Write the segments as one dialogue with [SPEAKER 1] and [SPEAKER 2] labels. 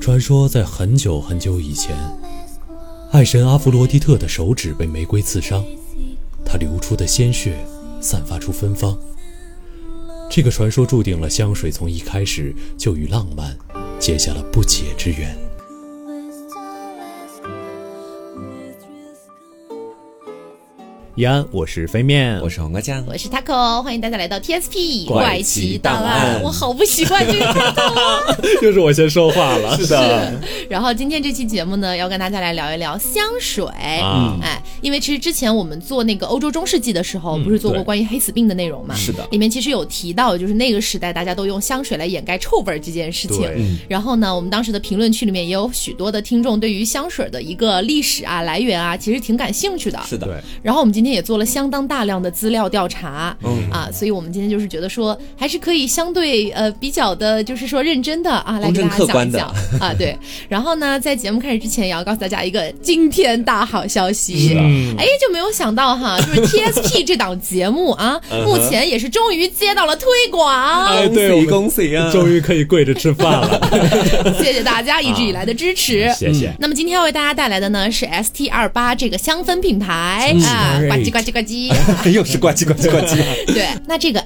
[SPEAKER 1] 传说在很久很久以前，爱神阿弗罗狄特的手指被玫瑰刺伤，她流出的鲜血散发出芬芳。这个传说注定了香水从一开始就与浪漫结下了不解之缘。延安，我是飞 面，
[SPEAKER 2] 我是黄瓜酱，
[SPEAKER 3] 我是 Taco，欢迎大家来到 TSP
[SPEAKER 2] 怪奇
[SPEAKER 3] 奇
[SPEAKER 2] 档案
[SPEAKER 3] 案。我好不喜欢这个 开头。
[SPEAKER 1] 又是我先说话了。
[SPEAKER 2] 是的，
[SPEAKER 3] 然后今天这期节目呢，要跟大家来聊一聊香水。
[SPEAKER 1] 啊
[SPEAKER 3] 哎，因为其实之前我们做那个欧洲中世纪的时候，不是做过
[SPEAKER 1] 对
[SPEAKER 3] 关于黑死病的内容嘛？
[SPEAKER 2] 嗯是的
[SPEAKER 3] 里面其实有提到，就是那个时代大家都用香水来掩盖臭味儿这件事情。
[SPEAKER 1] 对，
[SPEAKER 2] 嗯
[SPEAKER 3] 然后呢，我们当时的评论区里面也有许多的听众对于香水的一个历史啊、来源啊，其实挺感兴趣的。
[SPEAKER 2] 是的，
[SPEAKER 1] 对，
[SPEAKER 3] 然后我们今天也做了相当大量的资料调查，
[SPEAKER 2] 嗯
[SPEAKER 3] 啊，所以我们今天就是觉得说，还是可以相对呃比较的，就是说认真的啊来
[SPEAKER 2] 公
[SPEAKER 3] 给
[SPEAKER 2] 正
[SPEAKER 3] 大家
[SPEAKER 2] 客
[SPEAKER 3] 讲
[SPEAKER 2] 观
[SPEAKER 3] 一
[SPEAKER 2] 的
[SPEAKER 3] 讲啊， 对。然后呢，在节目开始之前，也要告诉大家一个惊天大好消息。
[SPEAKER 2] 啊
[SPEAKER 1] 嗯
[SPEAKER 3] 哎，就没有想到哈， 就是 TSP 这档节目啊，
[SPEAKER 2] 嗯
[SPEAKER 3] 目前也是终于接到了推 广，
[SPEAKER 1] 哎对我们
[SPEAKER 2] 恭喜啊！
[SPEAKER 1] 终于可以跪着吃饭 了，
[SPEAKER 3] 谢谢大家一直以来的支
[SPEAKER 2] 啊
[SPEAKER 3] 持。
[SPEAKER 1] 谢谢。
[SPEAKER 3] 那么今天要为大家带来的呢是 ST 二八这个香氛品牌
[SPEAKER 2] 嗯
[SPEAKER 3] 啊，呱唧呱唧呱唧。
[SPEAKER 2] 哎又是呱唧呱唧呱 唧，
[SPEAKER 3] 对，那这个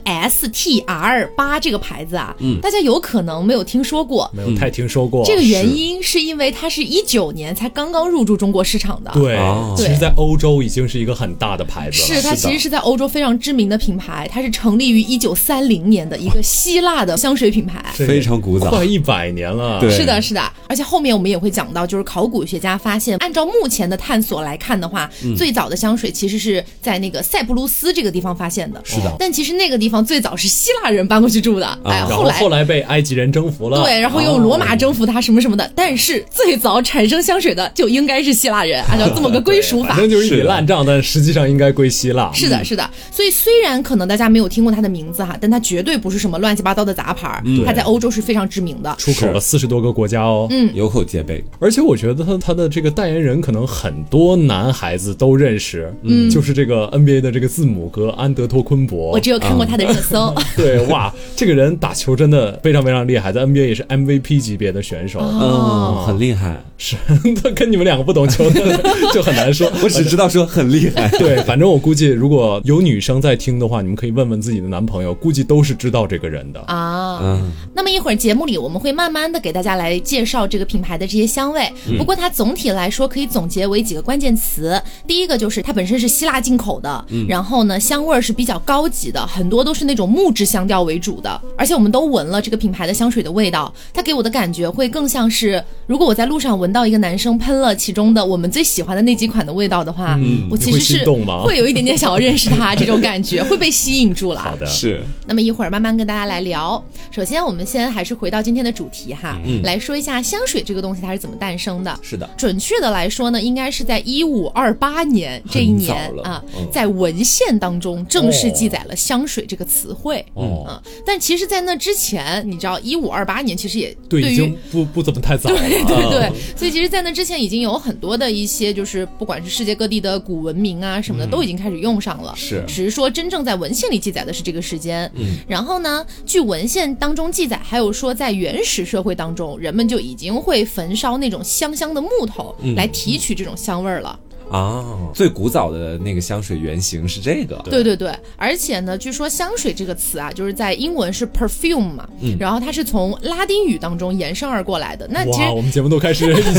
[SPEAKER 3] STR 八这个牌子啊，大家有可能没有听说过。
[SPEAKER 1] 没有太听说过
[SPEAKER 3] 嗯这个原因是因为它是一九年才刚刚入驻中国市场的，
[SPEAKER 1] 对，
[SPEAKER 2] 哦
[SPEAKER 1] 其实，在欧洲已经是一个很大的牌子了。
[SPEAKER 3] 是它其实是在欧洲非常知名的品牌，它是成立于一九三零年的一个希腊的香水品牌。
[SPEAKER 1] 这
[SPEAKER 2] 非常古早
[SPEAKER 1] 快一百年了。
[SPEAKER 2] 对
[SPEAKER 3] 是的，是的，而且后面我们也会讲到，就是考古学家发现，按照目前的探索来看的话，最早的香水其实是在那个塞浦路斯这个地方发现的。
[SPEAKER 2] 是的
[SPEAKER 3] 但其实那个地方最早是希腊人搬过去住的，哎，
[SPEAKER 1] 然
[SPEAKER 3] 后
[SPEAKER 1] 后
[SPEAKER 3] 来
[SPEAKER 1] 后来被埃及人征服了。
[SPEAKER 3] 对，然后又罗马征服它什么什么的。但是最早产生香水的就应该是希腊人，按照这么个归属
[SPEAKER 1] 反
[SPEAKER 3] 法。
[SPEAKER 1] 正就是一笔
[SPEAKER 2] 是的
[SPEAKER 1] 烂账，但实际上应该归希腊。
[SPEAKER 3] 是的，是的，所以虽然可能大家没有听过它的名字哈，但它绝对不是什么乱七八糟的杂牌儿，它在欧洲是非常知名的。
[SPEAKER 1] 出口了四十多个国家哦。嗯，
[SPEAKER 2] 有口皆碑。
[SPEAKER 1] 而且我觉得他他的这个代言人可能很多男孩子都认识，嗯，就是这个 NBA 的这个字母哥安德托昆博。
[SPEAKER 3] 我只有看过它的热搜，
[SPEAKER 1] 对，哇，这个人打球真的非常非常厉害，在 NBA 也是 MVP 级别的选手。
[SPEAKER 3] 哦
[SPEAKER 2] 嗯，很厉害，
[SPEAKER 1] 是，他跟你们两个不懂球的就很难说。。
[SPEAKER 2] 我只知道说很厉害
[SPEAKER 1] 对，反正我估计，如果有女生在听的话，你们可以问问自己的男朋友，估计都是知道这个人的。
[SPEAKER 3] 啊。
[SPEAKER 2] 嗯，
[SPEAKER 3] 那么一会儿节目里，我们会慢慢的给大家来介绍这个品牌的这些香味。不过它总体来说可以总结为几个关键词。第一个就是它本身是希腊进口的，然后呢香味儿是比较高级的，很多都是那种木质香调为主的。而且我们都闻了这个品牌的香水的味道，它给我的感觉会更像是，如果我在路上闻到一个男生喷了其中的我们最喜欢的那几款的味道的话，
[SPEAKER 1] 你
[SPEAKER 3] 我其
[SPEAKER 1] 会
[SPEAKER 3] 实
[SPEAKER 1] 心
[SPEAKER 3] 是
[SPEAKER 1] 动吗
[SPEAKER 3] 会有一点点想要认识他这种感觉，会被吸引住了。
[SPEAKER 1] 好的，
[SPEAKER 2] 是
[SPEAKER 3] 那么一会儿慢慢跟大家来聊。首先，我们先还是回到今天的主题哈，
[SPEAKER 2] 嗯
[SPEAKER 3] 来说一下香水这个东西它是怎么诞生的。
[SPEAKER 2] 是的，
[SPEAKER 3] 准确的来说呢，应该是在一五二八年这一年
[SPEAKER 2] 很早了
[SPEAKER 3] 啊
[SPEAKER 2] 嗯，
[SPEAKER 3] 在文献当中正式记载了香水这个词汇。
[SPEAKER 2] 哦
[SPEAKER 3] 嗯，但其实，在那之前，你知道，一五二八年其实也
[SPEAKER 1] 对，已
[SPEAKER 3] 于
[SPEAKER 1] 经不不怎么太早了。啊
[SPEAKER 3] 对对对，所以其实，在那之前已经有很多的一些，就是不管是世界各地的古文明啊什么的，都已经开始用上了。
[SPEAKER 2] 是
[SPEAKER 3] 只是说真正在文献里记载的是这个时间。嗯，然后呢，据文献当中记载，还有说在原始社会当中，人们就已经会焚烧那种香香的木头来提取这种香味儿了。
[SPEAKER 2] 啊，最古早的那个香水原型是这个，
[SPEAKER 3] 对对对，而且呢，据说香水这个词啊，就是在英文是 perfume 嘛，然后它是从拉丁语当中延伸而过来的。那其实
[SPEAKER 1] 哇，我哦们节目都开始已 经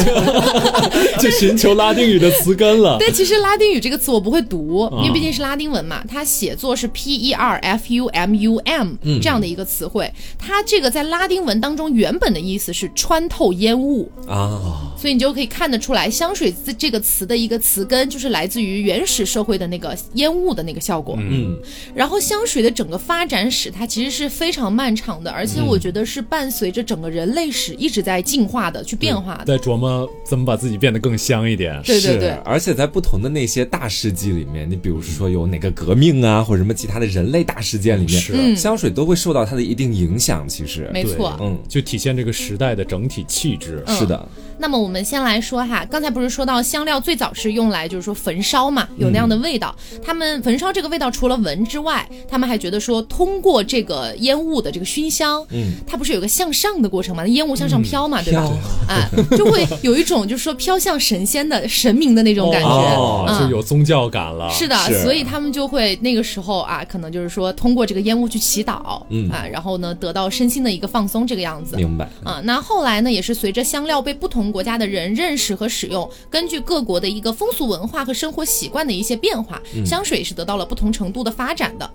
[SPEAKER 1] 去寻求拉丁语的词根了。
[SPEAKER 3] 但其实拉丁语这个词我不会读，因为毕竟是拉丁文嘛，它写作是 P E R F U M U M 这样的一个词汇。它这个在拉丁文当中原本的意思是穿透烟雾，
[SPEAKER 2] 啊，
[SPEAKER 3] 所以你就可以看得出来，香水这这个词的一个词根就是来自于原始社会的那个烟雾的那个效果。嗯，然后香水的整个发展史，它其实是非常漫长的，而且我觉得是伴随着整个人类史一直在进化的、去变化的。
[SPEAKER 1] 在琢磨怎么把自己变得更香一点。
[SPEAKER 3] 对对
[SPEAKER 2] 是
[SPEAKER 3] 对，
[SPEAKER 2] 而且在不同的那些大事迹里面，你比如说有哪个革命啊，或者什么其他的人类大事件里面，
[SPEAKER 1] 是
[SPEAKER 2] 香水都会受到它的一定影响。其实，
[SPEAKER 3] 嗯没
[SPEAKER 1] 对
[SPEAKER 3] 错。
[SPEAKER 2] 嗯，
[SPEAKER 1] 就体现这个时代的整体气质。
[SPEAKER 3] 嗯
[SPEAKER 2] 是的，
[SPEAKER 3] 那么我们先来说哈，刚才不是说到香料最早是用用来就是说焚烧嘛，
[SPEAKER 2] 嗯
[SPEAKER 3] 有那样的味道。他们焚烧这个味道除了闻之外，他们还觉得说通过这个烟雾的这个熏香，
[SPEAKER 2] 嗯，
[SPEAKER 3] 它不是有个向上的过程嘛？那烟雾向上飘嘛，对吧
[SPEAKER 2] 飘？
[SPEAKER 3] 哎，就会有一种就是说飘向神仙的神明的那种感觉，
[SPEAKER 1] 哦，
[SPEAKER 3] 嗯
[SPEAKER 1] 就有宗教感了。
[SPEAKER 3] 是的，
[SPEAKER 2] 是
[SPEAKER 3] 所以他们就会那个时候啊，可能就是说通过这个烟雾去祈祷，
[SPEAKER 2] 嗯
[SPEAKER 3] 啊，然后呢得到身心的一个放松，这个样子。
[SPEAKER 2] 明白。
[SPEAKER 3] 啊，那后来呢，也是随着香料被不同国家的人认识和使用，根据各国的一个风俗文化和生活习惯的一些变化，香水是得到了不同程度的发展的。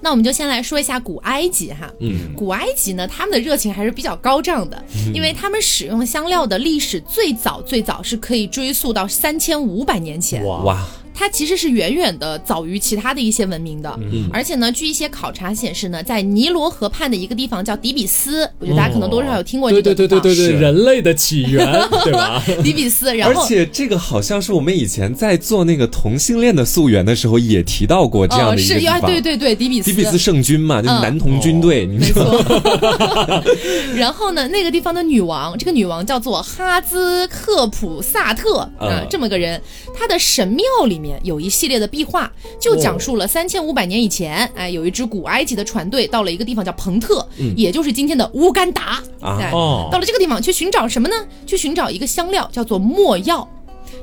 [SPEAKER 3] 那我们就先来说一下古埃及哈，
[SPEAKER 2] 嗯，
[SPEAKER 3] 古埃及呢，他们的热情还是比较高涨的，因为他们使用香料的历史最早最早是可以追溯到三千五百年前，
[SPEAKER 1] 哇
[SPEAKER 2] 哇，
[SPEAKER 3] 它其实是远远的早于其他的一些文明的。
[SPEAKER 2] 嗯
[SPEAKER 3] 而且呢，据一些考察显示呢，在尼罗河畔的一个地方叫底比斯，
[SPEAKER 2] 哦
[SPEAKER 3] 我觉得大家可能多少有听过
[SPEAKER 1] 对
[SPEAKER 3] 这个啊
[SPEAKER 1] 对对对对
[SPEAKER 3] 地
[SPEAKER 1] 对，
[SPEAKER 2] 是
[SPEAKER 1] 人类的起源，对 吧？
[SPEAKER 3] 方底比斯，然
[SPEAKER 2] 而
[SPEAKER 3] 后。
[SPEAKER 2] 且这个好像是我们以前在做那个同性恋的溯源的时候也提到过这样
[SPEAKER 3] 哦，
[SPEAKER 2] 的一个
[SPEAKER 3] 是
[SPEAKER 2] 地
[SPEAKER 3] 呀，
[SPEAKER 2] 方。
[SPEAKER 3] 对对对，底比斯，
[SPEAKER 2] 迪比斯圣军嘛，就是
[SPEAKER 3] 嗯
[SPEAKER 2] 男童军队，你
[SPEAKER 3] 没
[SPEAKER 2] 知道吗？
[SPEAKER 3] 错。然后呢，那个地方的女王，这个女王叫做哈兹克普萨特啊、
[SPEAKER 2] 嗯
[SPEAKER 3] 这么个人，她的神庙里面有一系列的壁画，就讲述
[SPEAKER 2] 哦
[SPEAKER 3] 了三千五百年以前，哎，有一支古埃及的船队到了一个地方叫彭特，也就是今天的乌干达
[SPEAKER 2] 嗯啊
[SPEAKER 3] 哎
[SPEAKER 1] 哦
[SPEAKER 3] 到了这个地方去寻找什么呢？去寻找一个香料，叫做墨药。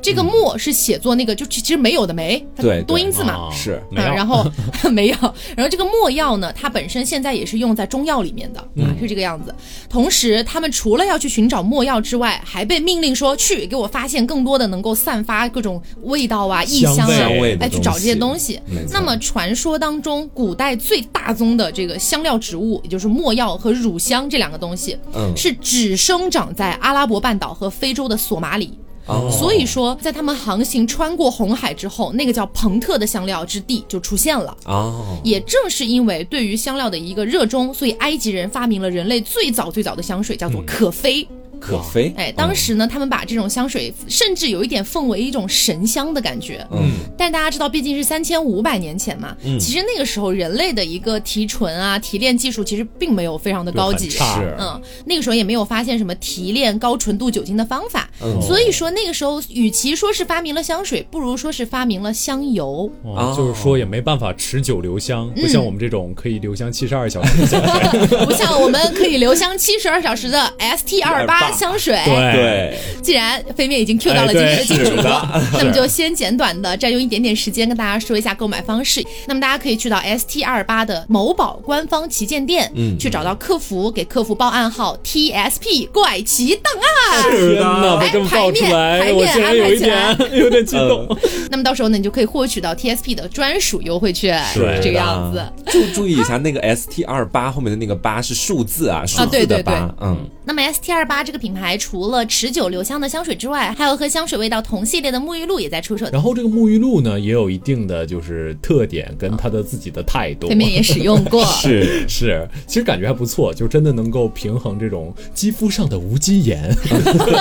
[SPEAKER 3] 这个墨是写作那个，就其其实没有的没，它
[SPEAKER 2] 嗯对对
[SPEAKER 3] 多音字嘛，
[SPEAKER 1] 啊
[SPEAKER 2] 是
[SPEAKER 1] 没
[SPEAKER 3] 啊，
[SPEAKER 1] 有。
[SPEAKER 3] 然后没有，然后这个墨药呢，它本身现在也是用在中药里面的
[SPEAKER 1] 嗯
[SPEAKER 3] 啊，是这个样子。同时，他们除了要去寻找墨药之外，还被命令说去给我发现更多的能够散发各种味道啊、异
[SPEAKER 1] 香
[SPEAKER 3] 香
[SPEAKER 1] 味
[SPEAKER 3] 啊
[SPEAKER 1] 香
[SPEAKER 2] 味，的
[SPEAKER 3] 哎，去找这些
[SPEAKER 2] 东
[SPEAKER 3] 东
[SPEAKER 2] 西
[SPEAKER 3] 西
[SPEAKER 2] 没错。
[SPEAKER 3] 那么传说当中，古代最大宗的这个香料植物，也就是墨药和乳香这两个东西，
[SPEAKER 2] 嗯
[SPEAKER 3] 是只生长在阿拉伯半岛和非洲的索马里。
[SPEAKER 2] 哦
[SPEAKER 3] 所以说，在他们航行穿过红海之后，那个叫彭特的香料之地就出现了。
[SPEAKER 2] 哦，
[SPEAKER 3] 也正是因为对于香料的一个热衷，所以埃及人发明了人类最早最早的香水，叫做可菲。
[SPEAKER 2] 可菲，
[SPEAKER 3] 哎，当时呢，他们把这种香水甚至有一点奉为一种神香的感觉。
[SPEAKER 2] 嗯
[SPEAKER 3] 但大家知道，毕竟是三千五百年前嘛，
[SPEAKER 1] 嗯
[SPEAKER 3] 其实那个时候人类的一个提纯啊、提炼技术其实并没有非常的高级，
[SPEAKER 1] 就很差
[SPEAKER 2] 是
[SPEAKER 3] 嗯，那个时候也没有发现什么提炼高纯度酒精的方法，
[SPEAKER 1] 哦
[SPEAKER 3] 所以说那个时候与其说是发明了香水，不如说是发明了香 油。
[SPEAKER 1] 哦就是说也没办法持久留香，不
[SPEAKER 3] 嗯
[SPEAKER 1] 像我们这种可以留香七十二小时的 香水。
[SPEAKER 3] 不像我们可以留香七十二小时的 ST 二八香水。
[SPEAKER 1] 对，
[SPEAKER 2] 对，
[SPEAKER 3] 既然飞面已经 Q 到
[SPEAKER 1] 哎
[SPEAKER 3] 了今
[SPEAKER 1] 对
[SPEAKER 3] 天的金主
[SPEAKER 2] 是
[SPEAKER 3] 播，
[SPEAKER 2] 的
[SPEAKER 3] 那么就先简短的占用一点点时间跟大家说一下购买方式。那么大家可以去到 ST 二八的某宝官方旗舰店，
[SPEAKER 2] 嗯
[SPEAKER 3] 去找到客服，给客服报暗号 TSP 怪奇档案。
[SPEAKER 1] 天哪，
[SPEAKER 3] 哎
[SPEAKER 1] 被这么爆出
[SPEAKER 3] 排
[SPEAKER 1] 来，
[SPEAKER 3] 面
[SPEAKER 1] 我竟然有一点
[SPEAKER 3] 安
[SPEAKER 1] 有点激动。
[SPEAKER 3] 那么到时候呢，你就可以获取到 TSP 的专属优惠券，
[SPEAKER 1] 是的
[SPEAKER 3] 这个样子。
[SPEAKER 2] 注注意一下那个 S T 二八后面的那个八是数字啊，数字
[SPEAKER 3] 对
[SPEAKER 2] 的
[SPEAKER 3] 对
[SPEAKER 2] 八，嗯，
[SPEAKER 3] 那么 ST 二八这个品牌除了持久留香的香水之外，还有和香水味道同系列的沐浴露也在出售。
[SPEAKER 2] 哦
[SPEAKER 1] 然后这个沐浴露呢，也有一定的就是特点跟它的自己的态度
[SPEAKER 3] 飞。面也使用 过，
[SPEAKER 2] 是
[SPEAKER 1] 是，其实感觉还不错，就真的能够平衡这种肌肤上的无机炎，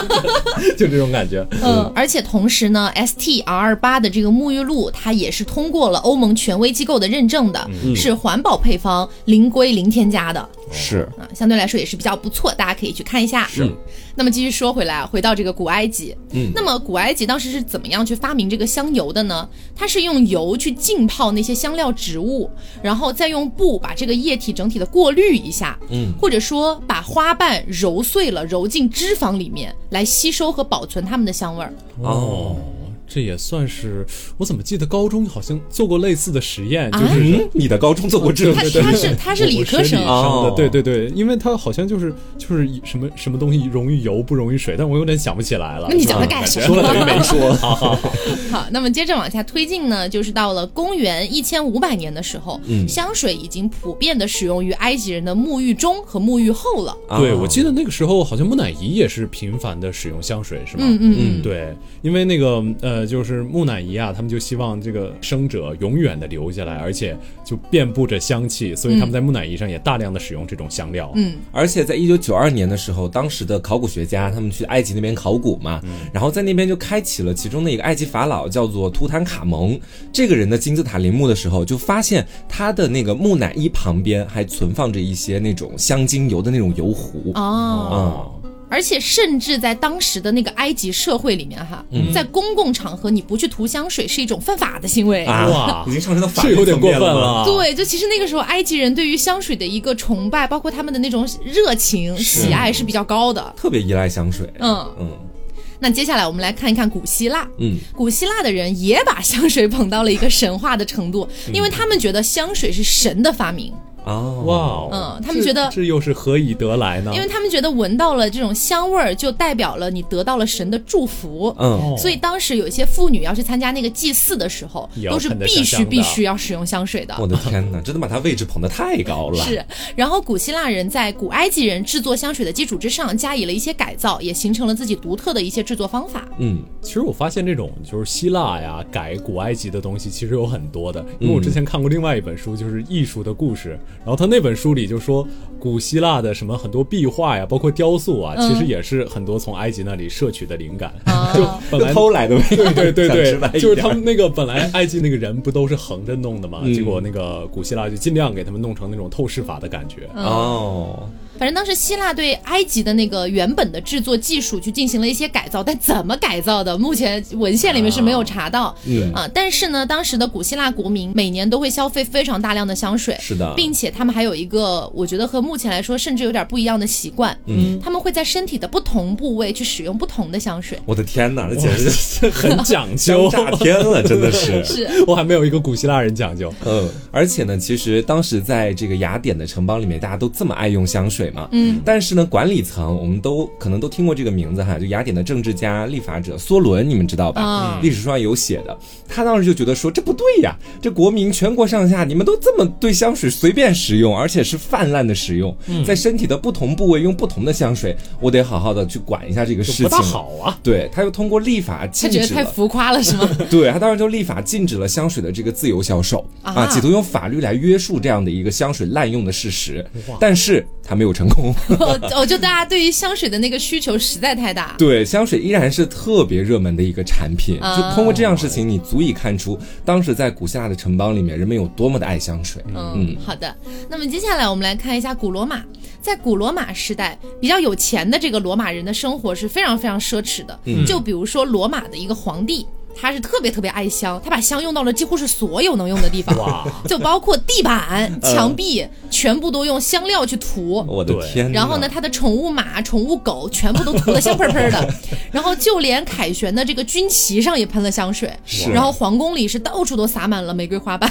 [SPEAKER 1] 就这种感觉。
[SPEAKER 3] 嗯，而且同时呢，STR 八的这个沐浴露，它也是通过了欧盟权威机构的认证的，
[SPEAKER 2] 嗯
[SPEAKER 3] 是环保配方，零硅零添加的
[SPEAKER 2] 是，
[SPEAKER 3] 啊，相对来说也是比较不错，大家可以去看一下。是。那么继续说回来，回到这个古埃及，
[SPEAKER 2] 嗯
[SPEAKER 3] 那么古埃及当时是怎么样去发明这个香油的呢？它是用油去浸泡那些香料植物，然后再用布把这个液体整体的过滤一下，
[SPEAKER 2] 嗯，
[SPEAKER 3] 或者说把花瓣揉碎了，揉进脂肪里面来吸收和保存它们的香味儿。
[SPEAKER 2] 哦，
[SPEAKER 1] 这也算是我怎么记得高中好像做过类似的实验，就
[SPEAKER 3] 啊
[SPEAKER 1] 是
[SPEAKER 2] 嗯，你的高中做过这
[SPEAKER 3] 他
[SPEAKER 2] 个
[SPEAKER 3] 他是他是理科生
[SPEAKER 1] 我是理
[SPEAKER 2] 啊
[SPEAKER 1] 的
[SPEAKER 2] 哦
[SPEAKER 1] 对对对，因为它好像就是就是以什么什么东西溶于油不溶于水，但我有点想不起来了。
[SPEAKER 3] 那你讲它
[SPEAKER 1] 嗯
[SPEAKER 3] 干什么
[SPEAKER 1] 说了等于没说。好好好，
[SPEAKER 3] 好，那么接着往下推进呢，就是到了公元一千五百年的时候，
[SPEAKER 2] 嗯
[SPEAKER 3] 香水已经普遍的使用于埃及人的沐浴中和沐浴后了。
[SPEAKER 1] 对，我
[SPEAKER 2] 得
[SPEAKER 1] 记得那个时候好像木乃伊也是频繁的使用香水，是吗？
[SPEAKER 3] 嗯嗯嗯，
[SPEAKER 1] 对，因为那个呃，就是木乃伊啊，他们就希望这个生者永远的留下来，而且就遍布着香气，所以他们在木乃伊上也大量的使用这种香料。
[SPEAKER 3] 嗯，
[SPEAKER 2] 而且在一九九二年的时候，当时的考古学家他们去埃及那边考古嘛，
[SPEAKER 1] 嗯
[SPEAKER 2] 然后在那边就开启了其中的一个埃及法老，叫做图坦卡蒙这个人的金字塔陵墓的时候，就发现他的那个木乃伊旁边还存放着一些那种香精油的那种油壶。
[SPEAKER 3] 哦，
[SPEAKER 2] 嗯
[SPEAKER 1] 哦，
[SPEAKER 3] 而而且甚至在当时的那个埃及社会里面哈，在公共场合你不去涂香水是一种犯法的行为。
[SPEAKER 2] 啊，
[SPEAKER 1] 哇
[SPEAKER 2] 已经上升到法律
[SPEAKER 1] 这有点
[SPEAKER 2] 层面
[SPEAKER 1] 过分
[SPEAKER 2] 了
[SPEAKER 1] 了
[SPEAKER 2] 吗
[SPEAKER 3] 对，就其实那个时候埃及人对于香水的一个崇拜，包括他们的那种热情、喜爱是比较高的。
[SPEAKER 2] 特别依赖香水。
[SPEAKER 3] 嗯
[SPEAKER 2] 嗯
[SPEAKER 3] 那接下来我们来看一看古希腊。
[SPEAKER 2] 嗯，
[SPEAKER 3] 古希腊的人也把香水捧到了一个神话的程度，
[SPEAKER 1] 嗯
[SPEAKER 3] 因为他们觉得香水是神的发明，
[SPEAKER 2] 哦，
[SPEAKER 1] 哇哦，
[SPEAKER 3] 嗯他们觉得
[SPEAKER 1] 这这又是何以得来呢？
[SPEAKER 3] 因为他们觉得闻到了这种香味儿就代表了你得到了神的祝福。
[SPEAKER 2] 嗯，
[SPEAKER 1] 哦
[SPEAKER 3] 所以当时有一些妇女要去参加那个祭祀的时候，
[SPEAKER 1] 也要
[SPEAKER 3] 都是
[SPEAKER 1] 喷得
[SPEAKER 3] 必
[SPEAKER 1] 香
[SPEAKER 3] 须
[SPEAKER 1] 香的
[SPEAKER 3] 必须要使用香水的。
[SPEAKER 2] 我的天哪，真的把他位置捧得太高了。
[SPEAKER 3] 是，然后古希腊人在古埃及人制作香水的基础之上，加以了一些改造，也形成了自己独特的一些制作方法。
[SPEAKER 2] 嗯，
[SPEAKER 1] 其实我发现这种就是希腊呀改古埃及的东西，其实有很多的。因为我
[SPEAKER 2] 嗯
[SPEAKER 1] 之前看过另外一本书，就是《艺术的故事》，然后他那本书里就说古希腊的什么很多壁画呀，包括雕塑啊，
[SPEAKER 3] 嗯
[SPEAKER 1] 其实也是很多从埃及那里摄取的灵感。
[SPEAKER 3] 啊
[SPEAKER 1] 就本来
[SPEAKER 2] 偷来的呗。对
[SPEAKER 1] 对对
[SPEAKER 2] 直白
[SPEAKER 1] 对，
[SPEAKER 2] 一点
[SPEAKER 1] 就是他们那个本来埃及那个人不都是横着弄的嘛，
[SPEAKER 2] 嗯
[SPEAKER 1] 结果那个古希腊就尽量给他们弄成那种透视法的感觉。嗯
[SPEAKER 2] 哦，
[SPEAKER 3] 反正当时希腊对埃及的那个原本的制作技术去进行了一些改造，但怎么改造的，目前文献里面是没有查到。
[SPEAKER 2] 嗯
[SPEAKER 3] 啊，但是呢，当时的古希腊国民每年都会消费非常大量的香水，
[SPEAKER 2] 是的
[SPEAKER 3] 并且他们还有一个我觉得和目前来说甚至有点不一样的习惯，嗯，他们会在身体的不同部位去使用不同的香水。
[SPEAKER 2] 我的天哪，那简直是
[SPEAKER 1] 这很讲
[SPEAKER 2] 香
[SPEAKER 1] 究，
[SPEAKER 2] 炸天了，真的是。
[SPEAKER 3] 是，
[SPEAKER 1] 我还没有一个古希腊人讲究。
[SPEAKER 2] 嗯，而且呢，其实当时在这个雅典的城邦里面，大家都这么爱用香水嘛。嗯，但是呢，管理层我们都可能都听过这个名字哈，就雅典的政治家、立法者梭伦，你们知道吧？
[SPEAKER 3] 嗯
[SPEAKER 2] 历史书上有写的。他当时就觉得说，这不对呀，这国民全国上下你们都这么对香水随便使用，而且是泛滥的使用，在身体的不同部位用不同的香水，我得好好的去管一下这个事情。
[SPEAKER 1] 不大好啊，
[SPEAKER 2] 对，他又通过立法
[SPEAKER 3] 他
[SPEAKER 2] 禁止
[SPEAKER 3] 觉
[SPEAKER 2] 了。
[SPEAKER 3] 得太浮夸了，是吗？
[SPEAKER 2] 对他当时就立法禁止了香水的这个自由销售
[SPEAKER 3] 啊
[SPEAKER 2] 啊，企图用法律来约束这样的一个香水滥用的事实，但是他没有成功。
[SPEAKER 3] 我我就大家对于香水的那个需求实在太大。
[SPEAKER 2] 对，香水依然是特别热门的一个产品。
[SPEAKER 3] 啊
[SPEAKER 2] 就通过这样事情，你足以看出当时在古希腊的城邦里面，人们有多么的爱香水。
[SPEAKER 3] 嗯，好的。那么接下来我们来看一下古罗马。在古罗马时代，比较有钱的这个罗马人的生活是非常非常奢侈的。就比如说罗马的一个皇帝，他是特别特别爱香，他把香用到了几乎是所有能用的地方，
[SPEAKER 1] 哇，
[SPEAKER 3] 就包括地板、墙壁，全部都用香料去涂。
[SPEAKER 2] 我的
[SPEAKER 1] 对
[SPEAKER 2] 哦天！
[SPEAKER 3] 然后呢，？他的宠物马、宠物狗全部都涂得香喷喷的，然后就连凯旋的这个军旗上也喷了香水，
[SPEAKER 2] 是
[SPEAKER 3] 然后皇宫里是到处都撒满了玫瑰花瓣。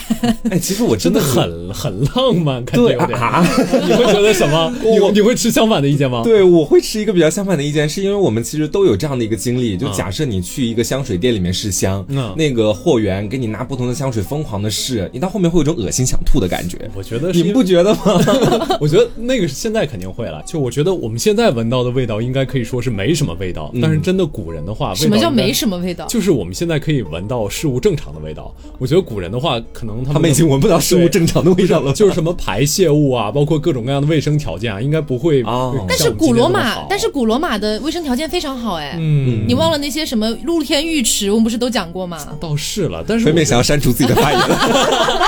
[SPEAKER 2] 哎，其实我
[SPEAKER 1] 真
[SPEAKER 2] 真的
[SPEAKER 1] 的
[SPEAKER 2] 很。
[SPEAKER 1] 很很浪漫，感觉
[SPEAKER 2] 对
[SPEAKER 1] 有点。
[SPEAKER 2] 啊，
[SPEAKER 1] 你会觉得什 么？你会你会持相反的意见吗？
[SPEAKER 2] 对，我会持一个比较相反的意见，是因为我们其实都有这样的一个经历。就假设你去一个香水店里面试香，
[SPEAKER 1] 嗯
[SPEAKER 2] 那个货源给你拿不同的香水疯狂的试，你到后面会有一种恶心想吐的感觉，
[SPEAKER 1] 我觉得是
[SPEAKER 2] 你
[SPEAKER 1] 因为
[SPEAKER 2] 们不觉得吗？
[SPEAKER 1] 我觉得那个是现在肯定会了。就我觉得我们现在闻到的味道，应该可以说是没什么味
[SPEAKER 2] 嗯
[SPEAKER 1] 道。但是真的古人的话，
[SPEAKER 3] 什么叫没
[SPEAKER 1] 什
[SPEAKER 3] 什么味道？
[SPEAKER 1] 就是我们现在可以闻到事物正常的味道。我觉得古人的话，可能他们
[SPEAKER 2] 他们已经闻不到事物正常的味道了，
[SPEAKER 1] 就是什么排泄物啊，包括各种各样的卫生条件啊，应该不会。
[SPEAKER 2] 哦
[SPEAKER 1] 像
[SPEAKER 3] 但是
[SPEAKER 1] 我们今
[SPEAKER 3] 古
[SPEAKER 1] 天
[SPEAKER 3] 罗
[SPEAKER 1] 这么
[SPEAKER 3] 马
[SPEAKER 1] 好，
[SPEAKER 3] 但是古罗马的卫生条件非常好哎。
[SPEAKER 1] 嗯，
[SPEAKER 3] 你忘了那些什么露天浴池，我们不是都讲过吗？
[SPEAKER 1] 倒是了，但是
[SPEAKER 2] 分
[SPEAKER 1] 我
[SPEAKER 2] 别想要删除自己的发言 了。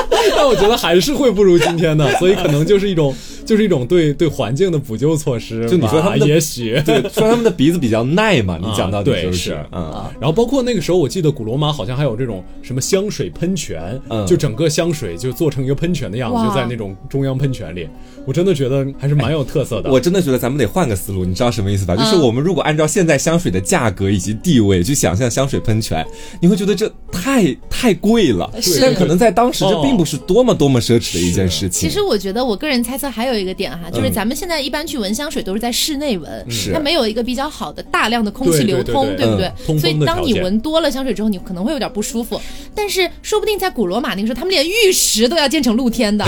[SPEAKER 1] 但我觉得还是会不如今天的，所以可能就是一种，就是一种对对环境的补救措施吧。
[SPEAKER 2] 就你说他们的
[SPEAKER 1] 也许。啊
[SPEAKER 2] 对，说他们的鼻子比较耐 嘛，你讲到底
[SPEAKER 1] 对
[SPEAKER 2] 就是
[SPEAKER 1] 是
[SPEAKER 2] 嗯。
[SPEAKER 1] 然后包括那个时候，我记得古罗马好像还有这种什么香水喷泉，
[SPEAKER 2] 嗯
[SPEAKER 1] 就整个香水就做成一个喷泉的样子，
[SPEAKER 3] 哇
[SPEAKER 1] 就在那种中央喷泉里。我真的觉得还是蛮有特色的。
[SPEAKER 2] 哎我真的觉得咱们得换个思路，你知道什么意思吧？就是
[SPEAKER 3] 嗯
[SPEAKER 2] 我们如果按照现在香水的价格以及地位去想象香水喷泉，你会觉得这太太贵了。
[SPEAKER 1] 哎
[SPEAKER 3] 是
[SPEAKER 2] 但可能在当时这
[SPEAKER 1] 哦
[SPEAKER 2] 并不是多么多么奢侈的一件事情。
[SPEAKER 3] 其实我觉得，我个人猜测还有一个点哈，
[SPEAKER 1] 嗯
[SPEAKER 3] 就是咱们现在一般去闻香水都是在室内闻，
[SPEAKER 2] 是
[SPEAKER 3] 它没有一个比较好的大量的空气
[SPEAKER 1] 对
[SPEAKER 3] 流
[SPEAKER 1] 对对
[SPEAKER 3] 通，
[SPEAKER 1] 嗯对
[SPEAKER 3] 不
[SPEAKER 2] 嗯
[SPEAKER 3] 对？
[SPEAKER 1] 通风的
[SPEAKER 3] 所以当你
[SPEAKER 1] 条件
[SPEAKER 3] 闻多了香水之后，你可能会有点不舒服。但是说不定在古罗马那个时候，他们连浴池都要建成露 天的，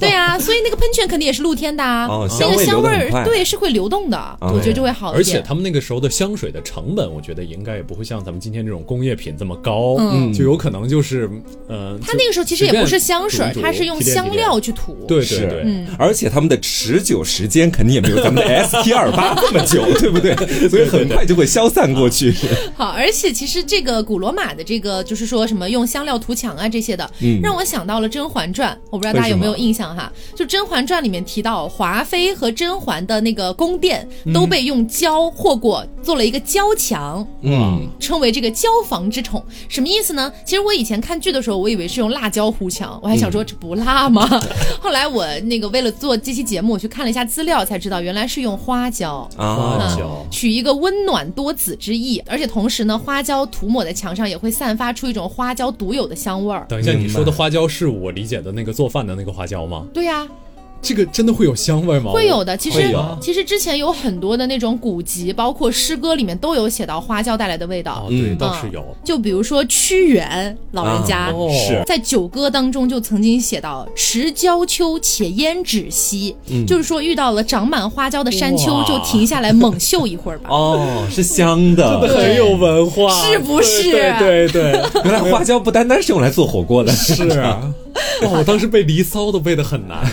[SPEAKER 3] 对啊，所以那个喷泉肯定也是露天的啊
[SPEAKER 2] 哦，
[SPEAKER 3] 那
[SPEAKER 2] 香
[SPEAKER 3] 个
[SPEAKER 2] 味
[SPEAKER 3] 香
[SPEAKER 2] 流得
[SPEAKER 3] 味
[SPEAKER 2] 很快
[SPEAKER 3] 儿对是会流动的，我觉得就会好
[SPEAKER 1] 哦而
[SPEAKER 3] 一
[SPEAKER 1] 且
[SPEAKER 3] 点。
[SPEAKER 1] 他们那个时候的香水的成本，我觉得应该也不会像咱们今天这种工业品这么高，
[SPEAKER 3] 嗯
[SPEAKER 1] 就有可能就是，呃，
[SPEAKER 3] 它那个时候其实也不是香水儿，它是用香料去涂。
[SPEAKER 1] 对对
[SPEAKER 2] 是，
[SPEAKER 3] 嗯
[SPEAKER 1] 对，
[SPEAKER 2] 而且他们的持久时间肯定也没有咱们 的 ST 二八这么久，对不对？ 所以很快就会消散过去。
[SPEAKER 3] 好，而且其实这个古罗马的这个就是说什么用香料涂墙啊这些的，
[SPEAKER 2] 嗯
[SPEAKER 3] 让我想到了《甄嬛传》，我不知道大家有没有印象哈？就《甄嬛传》里面提到，华妃和甄嬛的那个宫殿都被用胶和过，做了一个胶墙。
[SPEAKER 2] 嗯，
[SPEAKER 3] 称为这个胶房之宠，什么意思呢？其实我以前看剧的时候，我以为是用辣椒糊墙，我还想
[SPEAKER 2] 嗯
[SPEAKER 3] 说这不辣吗？ 后来我那个为了做这期节目，我去看了一下资料，才知道原来是用花椒。
[SPEAKER 2] 啊，
[SPEAKER 4] 花
[SPEAKER 3] 嗯
[SPEAKER 4] 椒
[SPEAKER 3] 取一个温暖多子之意，而且同时呢，花椒涂抹在墙上也会散发出一种花椒独有的香味儿。
[SPEAKER 4] 等一下，
[SPEAKER 2] 明白
[SPEAKER 4] 你说的花椒是我理解的那个做饭的那个花椒吗？
[SPEAKER 3] 对呀、
[SPEAKER 4] 这个真的会有香味吗？
[SPEAKER 3] 会有的。其
[SPEAKER 2] 哦会
[SPEAKER 3] 实
[SPEAKER 2] 有
[SPEAKER 3] 其实之前有很多的那种古籍，包括诗歌里面都有写到花椒带来的味道。
[SPEAKER 4] 哦，对，
[SPEAKER 2] 嗯
[SPEAKER 4] 倒是有。
[SPEAKER 3] 就比如说屈原老人家，
[SPEAKER 2] 啊是
[SPEAKER 3] 在《九歌》当中就曾经写到“持郊丘且焉止息”，
[SPEAKER 2] 嗯
[SPEAKER 3] 就是说遇到了长满花椒的山丘
[SPEAKER 4] 哇
[SPEAKER 3] 就停下来猛嗅一会儿吧。
[SPEAKER 2] 哦，是香的。
[SPEAKER 4] 很有文化，
[SPEAKER 3] 是不是
[SPEAKER 4] 对对对， 对
[SPEAKER 2] 原来花椒不单单是用来做火锅的，
[SPEAKER 4] 是。哇，我当时背《离骚》都背得很难。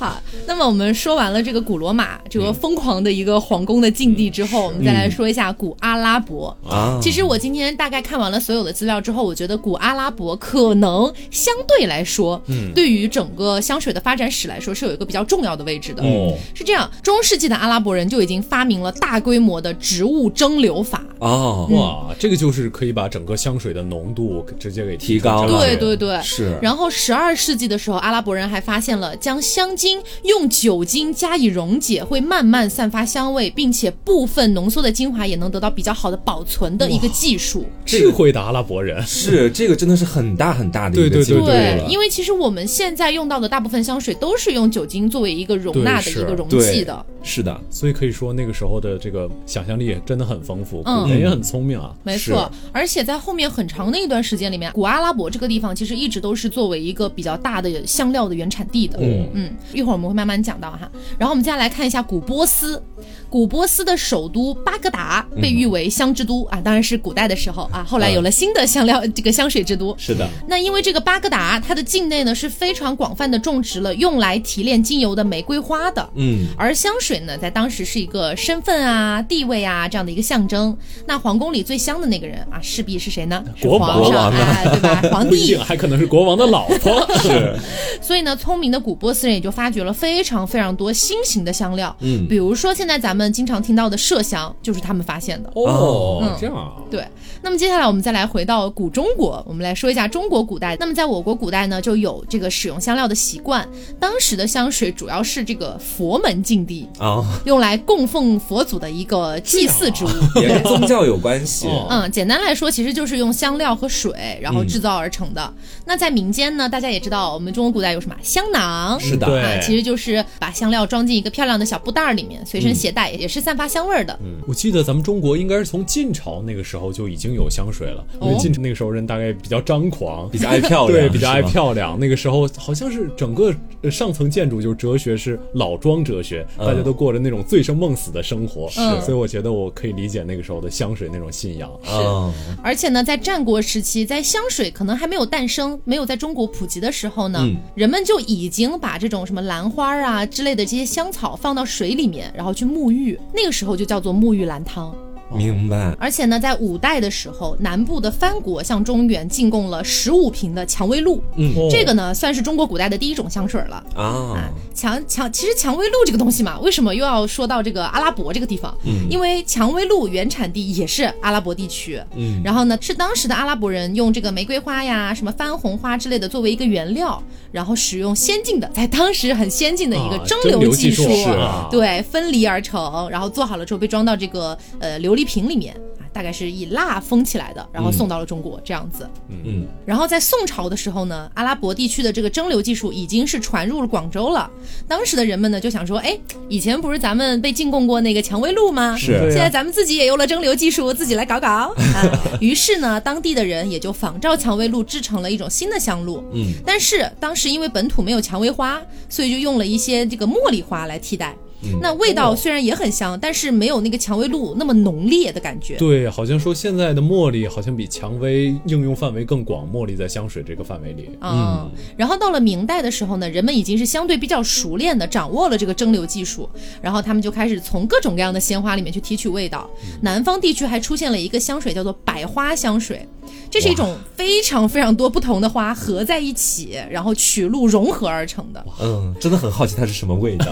[SPEAKER 3] 好，那么我们说完了这个古罗马这个疯狂的一个皇宫的禁地之后，我们再来说一下古阿拉伯。
[SPEAKER 2] 嗯啊
[SPEAKER 3] 其实我今天大概看完了所有的资料之后，我觉得古阿拉伯可能相对来说，
[SPEAKER 2] 嗯
[SPEAKER 3] 对于整个香水的发展史来说是有一个比较重要的位置的。
[SPEAKER 2] 哦
[SPEAKER 3] 是这样，中世纪的阿拉伯人就已经发明了大规模的植物蒸馏法。
[SPEAKER 2] 哦，
[SPEAKER 4] 哇，这个就是可以把整个香水的浓度直接给
[SPEAKER 2] 提高
[SPEAKER 4] 升上
[SPEAKER 2] 了
[SPEAKER 4] 去
[SPEAKER 3] 对对对，
[SPEAKER 2] 是
[SPEAKER 3] 然后十二世纪的时候，阿拉伯人还发现了将香精用酒精加以溶解，会慢慢散发香味，并且部分浓缩的精华也能得到比较好的保存的一个技术。
[SPEAKER 4] 智慧的阿拉伯人，
[SPEAKER 2] 是这个真的是很大很大的一
[SPEAKER 4] 对对
[SPEAKER 2] 个进步
[SPEAKER 4] 对
[SPEAKER 2] 了。
[SPEAKER 3] 因为其实我们现在用到的大部分香水都是用酒精作为一个容纳的
[SPEAKER 4] 对
[SPEAKER 3] 一
[SPEAKER 4] 是
[SPEAKER 3] 个容器
[SPEAKER 2] 对
[SPEAKER 3] 的。，
[SPEAKER 2] 是的，
[SPEAKER 4] 所以可以说那个时候的这个想象力真的很丰富，
[SPEAKER 3] 嗯
[SPEAKER 4] 古人也很聪明啊。
[SPEAKER 3] 没错，而且在后面很长的一段时间里面，古阿拉伯这个地方其实一直都是作为一个比较大的香料的原产地的。
[SPEAKER 2] 嗯
[SPEAKER 3] 一会儿我们会慢慢讲到哈。然后我们接下来看一下古波斯，古波斯的首都巴格达
[SPEAKER 2] 嗯
[SPEAKER 3] 被誉为香之都、啊，当然是古代的时候啊，后来有了新的香料、这个香水之都。
[SPEAKER 2] 是的，
[SPEAKER 3] 那因为这个巴格达，它的境内呢是非常广泛的种植了用来提炼精油的玫瑰花的。
[SPEAKER 2] 嗯，
[SPEAKER 3] 而香水呢，在当时是一个身份啊、地位啊这样的一个象征。那皇宫里最香的那个人啊，势必是谁呢？是
[SPEAKER 4] 国王
[SPEAKER 3] 皇上
[SPEAKER 2] 国王啊
[SPEAKER 3] 哎，对吧？皇
[SPEAKER 4] 不一
[SPEAKER 3] 帝
[SPEAKER 4] 定，。啊还可能是国王的老婆。是，
[SPEAKER 3] 所以呢，聪明的古波斯人也就发掘了非常非常多新型的香料，
[SPEAKER 2] 嗯
[SPEAKER 3] 比如说现在咱们经常听到的麝香，就是他们发现的。
[SPEAKER 4] 哦
[SPEAKER 3] 嗯
[SPEAKER 2] 哦，
[SPEAKER 4] 这样啊，
[SPEAKER 3] 对，那么接下来我们再来回到古中国，我们来说一下中国古代。那么在我国古代呢，就有这个使用香料的习惯。当时的香水主要是这个佛门禁地，
[SPEAKER 2] 啊，
[SPEAKER 3] 用来供奉佛祖的一个祭祀之物。
[SPEAKER 2] 也跟宗教有关系。
[SPEAKER 4] 哦
[SPEAKER 3] 嗯，简单来说，其实就是用香料和水，然后制造而成的。那在民间呢，大家也知道，我们中国古代有什么香囊，
[SPEAKER 2] 是的
[SPEAKER 4] 对
[SPEAKER 3] 啊，其实就是把香料装进一个漂亮的小布袋儿里面，
[SPEAKER 2] 嗯
[SPEAKER 3] 随身携带，也是散发香味儿的。
[SPEAKER 4] 我记得咱们中国应该是从晋朝那个时候就已经有香水了，因为
[SPEAKER 3] 哦
[SPEAKER 4] 晋朝那个时候人大概比较张狂，
[SPEAKER 2] 比较爱漂亮，
[SPEAKER 4] 对，比较爱
[SPEAKER 2] 是吗。
[SPEAKER 4] 漂亮。那个时候好像是整个呃上层建筑就是哲学是老庄哲学，
[SPEAKER 2] 嗯
[SPEAKER 4] 大家都过着那种醉生梦死的生活，
[SPEAKER 3] 嗯
[SPEAKER 4] 所以我觉得我可以理解那个时候的香水那种信仰。
[SPEAKER 2] 嗯，
[SPEAKER 3] 而且呢，在战国时期，在香水可能还没有诞生、没有在中国普及的时候呢，
[SPEAKER 2] 嗯
[SPEAKER 3] 人们就已经把这种什么兰花啊之类的这些香草放到水里面，然后去沐浴，那个时候就叫做沐浴兰汤。
[SPEAKER 2] 明白。
[SPEAKER 3] 而且呢，在五代的时候，南部的藩国向中原进贡了十五瓶的蔷薇露，
[SPEAKER 2] 嗯
[SPEAKER 4] 哦
[SPEAKER 3] 这个呢算是中国古代的第一种香水了。
[SPEAKER 2] 啊，
[SPEAKER 3] 蔷蔷，其实蔷薇露这个东西嘛，为什么又要说到这个阿拉伯这个地方？嗯，因为蔷薇露原产地也是阿拉伯地区。嗯，然后呢，是当时的阿拉伯人用这个玫瑰花呀、什么番红花之类的作为一个原料，然后使用先进的，在当时很先进的一个
[SPEAKER 4] 啊
[SPEAKER 3] 蒸
[SPEAKER 4] 蒸馏技
[SPEAKER 3] 技
[SPEAKER 4] 术
[SPEAKER 3] 术，
[SPEAKER 4] 是啊
[SPEAKER 3] 对，分离而成，然后做好了之后被装到这个呃琉璃瓶里面。啊大概是以蜡封起来的，然
[SPEAKER 4] 嗯
[SPEAKER 3] 后送到了中国、这样子。
[SPEAKER 2] 嗯，
[SPEAKER 3] 然后在宋朝的时候呢，阿拉伯地区的这个蒸馏技术已经是传入了广州了。当时的人们呢就想说，哎，以前不是咱们被进贡过那个蔷薇露吗？
[SPEAKER 2] 是对
[SPEAKER 4] 啊
[SPEAKER 3] 现在咱们自己也有了蒸馏技术，自己来 搞搞。啊、于是呢，当地的人也就仿照蔷薇露制成了一种新的香露。
[SPEAKER 2] 嗯，
[SPEAKER 3] 但是当时因为本土没有蔷薇花，所以就用了一些这个茉莉花来替代。
[SPEAKER 2] 嗯
[SPEAKER 3] 那味道虽然也很香，但是没有那个蔷薇露那么浓烈的感觉。
[SPEAKER 4] 对，好像说现在的茉莉好像比蔷薇应用范围更广，茉莉在香水这个范围里。
[SPEAKER 3] 啊、然后到了明代的时候呢，人们已经是相对比较熟练的掌握了这个蒸馏技术，然后他们就开始从各种各样的鲜花里面去提取味道。南方地区还出现了一个香水，叫做百花香水。这是一种非常非常多不同的花合在一起，然后曲路融合而成的。
[SPEAKER 2] 嗯，真的很好奇它是什么味道。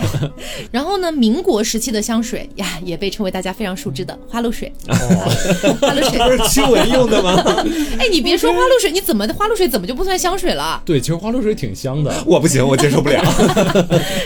[SPEAKER 3] 然后呢，民国时期的香水呀，也被称为大家非常熟知的花露水。 花露水，
[SPEAKER 2] 不是驱蚊用的吗？
[SPEAKER 3] 哎，你别说花露水，你怎么花露水怎么就不算香水了？
[SPEAKER 4] 对，其实花露水挺香的，
[SPEAKER 2] 我不行，我接受不了。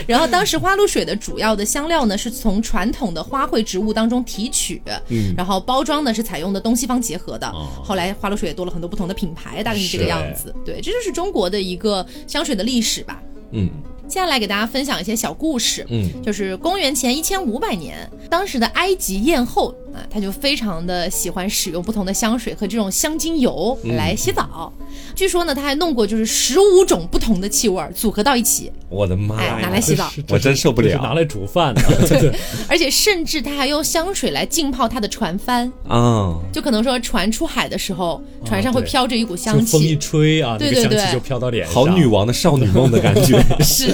[SPEAKER 3] 然后当时花露水的主要的香料呢，是从传统的花卉植物当中提取，
[SPEAKER 2] 嗯
[SPEAKER 3] 然后包装呢是采用的东西方结合的。
[SPEAKER 4] 哦
[SPEAKER 3] 后来花露水也多了很多不同的品牌，大概是这个
[SPEAKER 2] 是
[SPEAKER 3] 样子。对，这就是中国的一个香水的历史吧。
[SPEAKER 2] 嗯
[SPEAKER 3] 接下来给大家分享一些小故事。
[SPEAKER 2] 嗯，
[SPEAKER 3] 就是公元前一千五百年，当时的埃及艳后啊，她就非常的喜欢使用不同的香水和这种香精油
[SPEAKER 2] 嗯
[SPEAKER 3] 来洗澡。据说呢，她还弄过就是十五种不同的气味儿组合到一起，
[SPEAKER 2] 我的妈
[SPEAKER 3] 哎，拿
[SPEAKER 2] 呀！
[SPEAKER 3] 来洗澡。
[SPEAKER 4] 这是
[SPEAKER 2] 我真受不了
[SPEAKER 4] 这是拿来煮 饭的，对对，
[SPEAKER 3] 而且甚至她还用香水来浸泡她的船帆，
[SPEAKER 2] 啊，
[SPEAKER 3] 就可能说船出海的时候，船上会
[SPEAKER 4] 哦对
[SPEAKER 3] 飘着一股
[SPEAKER 4] 就
[SPEAKER 3] 香
[SPEAKER 4] 风一
[SPEAKER 3] 气。
[SPEAKER 4] 吹啊，
[SPEAKER 3] 对
[SPEAKER 4] 那个
[SPEAKER 3] 对
[SPEAKER 4] 香气
[SPEAKER 3] 对
[SPEAKER 4] 就飘到脸上。
[SPEAKER 2] 好女王的少女梦的感觉。
[SPEAKER 3] 是。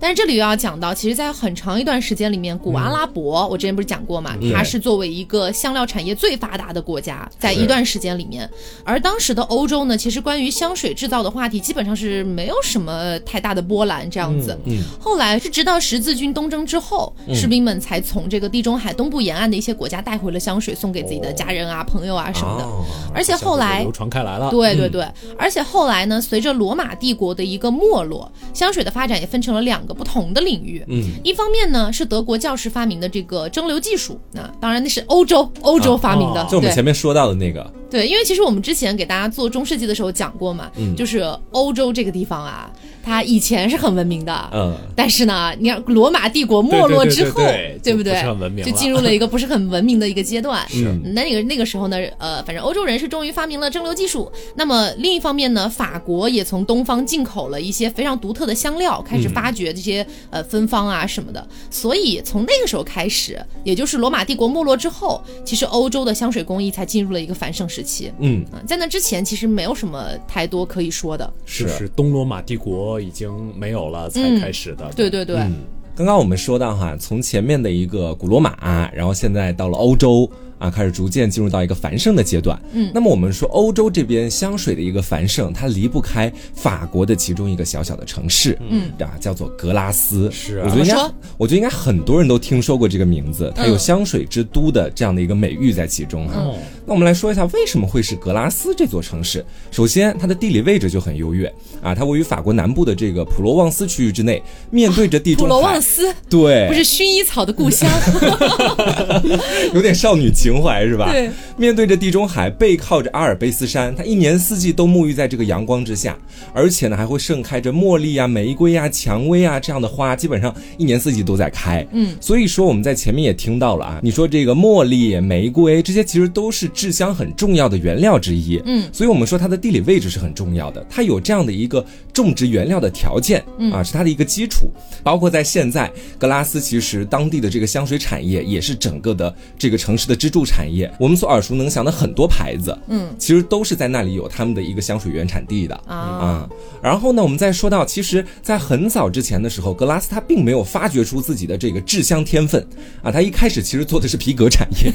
[SPEAKER 3] 但是这里又要讲到，其实，在很长一段时间里面，古阿拉伯，我之前不是讲过
[SPEAKER 4] 嗯
[SPEAKER 3] 嘛，它是作为一个香料产业最发达的国家，在一段时间里面，而当时的欧洲呢，其实关于香水制造的话题，基本上是没有什么太大的波澜这样子。
[SPEAKER 2] 嗯嗯
[SPEAKER 3] 后来是直到十字军东征之后，
[SPEAKER 4] 嗯
[SPEAKER 3] 士兵们才从这个地中海东部沿岸的一些国家带回了香水，送给自己的
[SPEAKER 4] 哦
[SPEAKER 3] 家人啊、朋友啊什么的。
[SPEAKER 2] 哦
[SPEAKER 3] 而且后
[SPEAKER 4] 就
[SPEAKER 3] 来
[SPEAKER 4] 流传开来了。
[SPEAKER 3] 对
[SPEAKER 2] 嗯
[SPEAKER 3] 对对，而且后来呢，随着罗马帝国的一个没落，香水的发展也分成了两个不同的领域。
[SPEAKER 2] 嗯，
[SPEAKER 3] 一方面呢是德国教师发明的这个蒸馏技术，那当然那是欧洲欧洲发明的，
[SPEAKER 4] 哦
[SPEAKER 2] 啊就我们
[SPEAKER 3] 对
[SPEAKER 2] 前面说到的那个，
[SPEAKER 3] 对，因为其实我们之前给大家做中世纪的时候讲过嘛，
[SPEAKER 2] 嗯
[SPEAKER 3] 就是欧洲这个地方啊，它以前是很文明的，
[SPEAKER 2] 嗯，
[SPEAKER 3] 但是呢，你看罗马帝国没落之后，
[SPEAKER 4] 对对对对对
[SPEAKER 3] 不
[SPEAKER 4] 就不是很文明
[SPEAKER 3] 就
[SPEAKER 4] 了
[SPEAKER 3] 进入了一个不是很文明的一个阶段。
[SPEAKER 2] 是
[SPEAKER 3] 嗯那个那个时候呢，呃，反正欧洲人是终于发明了蒸馏技术。那么另一方面呢，法国也从东方进口了一些非常独特的香料，开始发掘这些、呃芬芳啊什么的。
[SPEAKER 4] 嗯
[SPEAKER 3] 所以从那个时候开始，也就是罗马帝国没落之后，其实欧洲的香水工艺才进入了一个繁盛时期。
[SPEAKER 2] 嗯，
[SPEAKER 3] 啊、在那之前其实没有什么太多可以说的。
[SPEAKER 4] 是
[SPEAKER 2] 是
[SPEAKER 4] 不是东罗马帝国已经没有了才开始的？
[SPEAKER 3] 嗯对对对，
[SPEAKER 4] 嗯
[SPEAKER 2] 刚刚我们说到哈，从前面的一个古罗马、然后现在到了欧洲啊，开始逐渐进入到一个繁盛的阶段。嗯，那么我们说欧洲这边香水的一个繁盛，它离不开法国的其中一个小小的城市，嗯，啊，叫做格拉斯。
[SPEAKER 4] 是啊
[SPEAKER 2] 我觉得应
[SPEAKER 3] 怎
[SPEAKER 2] 该
[SPEAKER 3] 么说，嗯
[SPEAKER 2] 我觉得应该很多人都听说过这个名字，它有香水之都的这样的一个美誉在其中哈。
[SPEAKER 4] 嗯
[SPEAKER 2] 那我们来说一下为什么会是格拉斯这座城市。首先，它的地理位置就很优越啊，它位于法国南部的这个普罗旺斯区域之内，面对着地
[SPEAKER 3] 普
[SPEAKER 2] 中
[SPEAKER 3] 罗
[SPEAKER 2] 海
[SPEAKER 3] 旺。斯
[SPEAKER 2] 对，
[SPEAKER 3] 不是薰衣草的故乡。
[SPEAKER 2] 有点少女情怀是吧？
[SPEAKER 3] 对。
[SPEAKER 2] 面对着地中海，背靠着阿尔卑斯山，它一年四季都沐浴在这个阳光之下，而且呢还会盛开着茉莉啊、玫瑰啊、蔷薇啊这样的花，基本上一年四季都在开。嗯，所以说我们在前面也听到了啊，你说这个茉莉、玫瑰这些其实都是制香很重要的原料之一。嗯，所以我们说它的地理位置是很重要的，它有这样的一个种植原料的条件，啊是它的一个基础，包括在现在格拉斯其实当地的这个香水产业也是整个的这个城市的支柱产业。我们所耳熟能详的很多牌子，嗯，其实都是在那里有他们的一个香水原产地的
[SPEAKER 3] 啊
[SPEAKER 2] 啊。然后呢，我们再说到，其实，在很早之前的时候，格拉斯它并没有发掘出自己的这个制香天分啊，它一开始其实做的是皮革产业，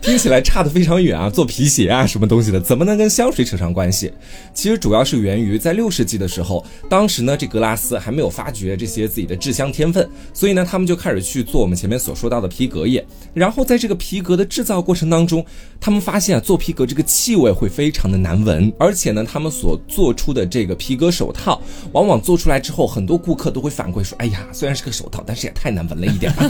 [SPEAKER 2] 听起来差得非常远啊， 做皮鞋啊什么东西的，怎么能跟香水扯上关系？其实主要是源于在六世纪的时候，当时呢，这格拉斯还没有发掘这些自己的制香天分，所以呢，他们就开始去做我们前面所说到的皮革业。然后在这个皮革的制造过程当中，他们发现啊，做皮革这个气味会非常的难闻，而且呢，他们所做出的这个皮革手套，往往做出来之后，很多顾客都会反馈说，哎呀，虽然是个手套，但是也太难闻了 一点吧。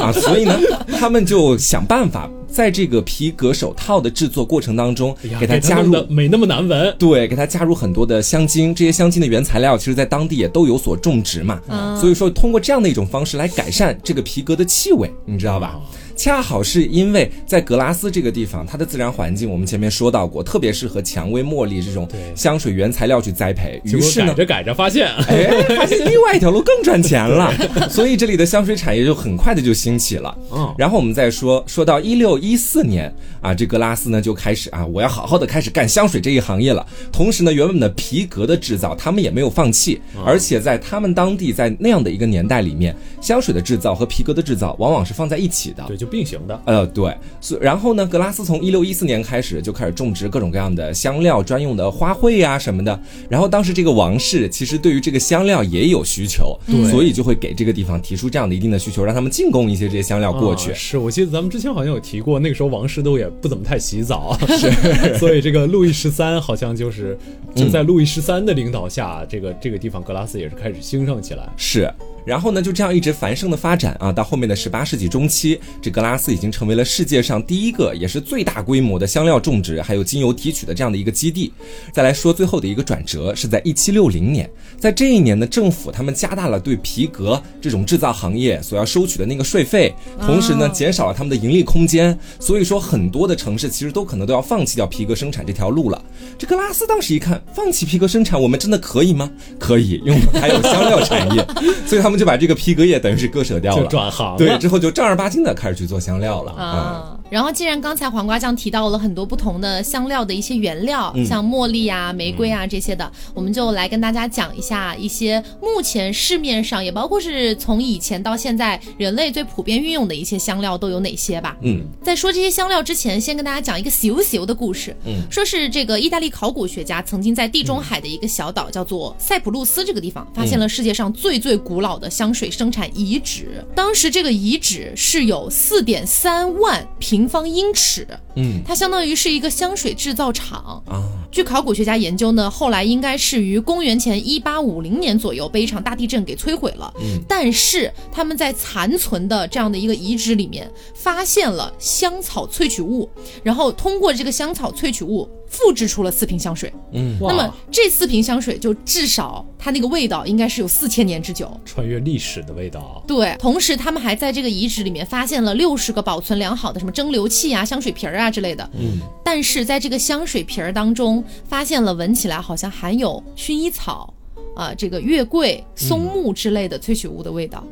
[SPEAKER 2] 啊，所以呢，他们就想办法在这个皮革手套的制作过程当中
[SPEAKER 4] 哎呀，，
[SPEAKER 2] 给它
[SPEAKER 4] 它
[SPEAKER 2] 加
[SPEAKER 4] 弄
[SPEAKER 2] 入
[SPEAKER 4] 得没那么难闻。
[SPEAKER 2] 对，给它加入很多的香精，这些香精的原材料其实在当地也都有所种植嘛，
[SPEAKER 4] 嗯
[SPEAKER 2] 所以说通过这样的一种方式来改善这个皮革的气味，你知道吧？
[SPEAKER 4] 哦
[SPEAKER 2] 恰好是因为在格拉斯这个地方，它的自然环境我们前面说到过，特别适合蔷薇、茉莉这种
[SPEAKER 4] 对
[SPEAKER 2] 香水原材料去栽培，
[SPEAKER 4] 结
[SPEAKER 2] 于
[SPEAKER 4] 果
[SPEAKER 2] 是
[SPEAKER 4] 改
[SPEAKER 2] 呢。
[SPEAKER 4] 着改着发现，
[SPEAKER 2] 哎，发现另外一条路更赚钱了，所以这里的香水产业就很快的就兴起了。
[SPEAKER 4] 嗯
[SPEAKER 2] 然后我们再说，说到一六一四年啊，这格拉斯呢就开始啊，我要好好的开始干香水这一行业了。同时呢，原本的皮革的制造，他们也没有放弃，而且在他们当地在那样的一个年代里面，香水的制造和皮革的制造往往是放在一起的。
[SPEAKER 4] 对，就
[SPEAKER 1] 并行的。
[SPEAKER 2] 呃，对，所然后呢，格拉斯从一六一四年开始就开始种植各种各样的香料专用的花卉呀、什么的。然后当时这个王室其实对于这个香料也有需求，
[SPEAKER 1] 对
[SPEAKER 2] 所以就会给这个地方提出这样的一定的需求，让他们进贡一些这些香料过去。
[SPEAKER 1] 啊是我记得咱们之前好像有提过，那个时候王室都也不怎么太洗 澡， 是，所以这个路易十三好像就是就在路易十三的领导下，这个这个地方格拉斯也是开始兴盛起来。
[SPEAKER 2] 是。然后呢，就这样一直繁盛的发展啊，到后面的十八世纪中期，这格拉斯已经成为了世界上第一个也是最大规模的香料种植还有精油提取的这样的一个基地。再来说最后的一个转折是在一七六零年，在这一年呢，政府他们加大了对皮革这种制造行业所要收取的那个税费，同时呢，
[SPEAKER 3] 哦
[SPEAKER 2] 减少了他们的盈利空间。所以说，很多的城市其实都可能都要放弃掉皮革生产这条路了。这格拉斯当时一看，放弃皮革生产，我们真的可以吗？可以，因为我们还有香料产业，所以他们就把这个皮革业等于是割舍掉
[SPEAKER 1] 就
[SPEAKER 2] 了，
[SPEAKER 1] 转行了
[SPEAKER 2] 对，之后就正儿八经的开始去做香料了啊。
[SPEAKER 3] 啊。然后，既然刚才黄瓜酱提到了很多不同的香料的一些原料，像茉莉啊、玫瑰啊这些的，我们就来跟大家讲一下一些目前市面上，也包括是从以前到现在人类最普遍运用的一些香料都有哪些吧。
[SPEAKER 2] 嗯，
[SPEAKER 3] 在说这些香料之前，先跟大家讲一个小小的故事。
[SPEAKER 2] 嗯，
[SPEAKER 3] 说是这个意大利考古学家曾经在地中海的一个小岛叫做塞浦路斯这个地方，发现了世界上最最古老的香水生产遗址。当时这个遗址是有四点三万平方英尺，
[SPEAKER 2] 嗯
[SPEAKER 3] 它相当于是一个香水制造厂。
[SPEAKER 2] 啊，
[SPEAKER 3] 据考古学家研究呢，后来应该是于公元前一八五零年左右被一场大地震给摧毁了。
[SPEAKER 2] 嗯
[SPEAKER 3] 但是他们在残存的这样的一个遗址里面发现了香草萃取物，然后通过这个香草萃取物复制出了四瓶香水。
[SPEAKER 2] 嗯，
[SPEAKER 1] 哇
[SPEAKER 3] 那么这四瓶香水就至少它那个味道应该是有四千年之久。
[SPEAKER 1] 穿越历史的味道，
[SPEAKER 3] 对，同时他们还在这个遗址里面发现了六十个保存良好的什么蒸馏器啊、香水瓶儿啊之类的。嗯，但是在这个香水瓶儿当中，发现了闻起来好像含有薰衣草、啊、这个月桂、松木之类的萃取物的味道。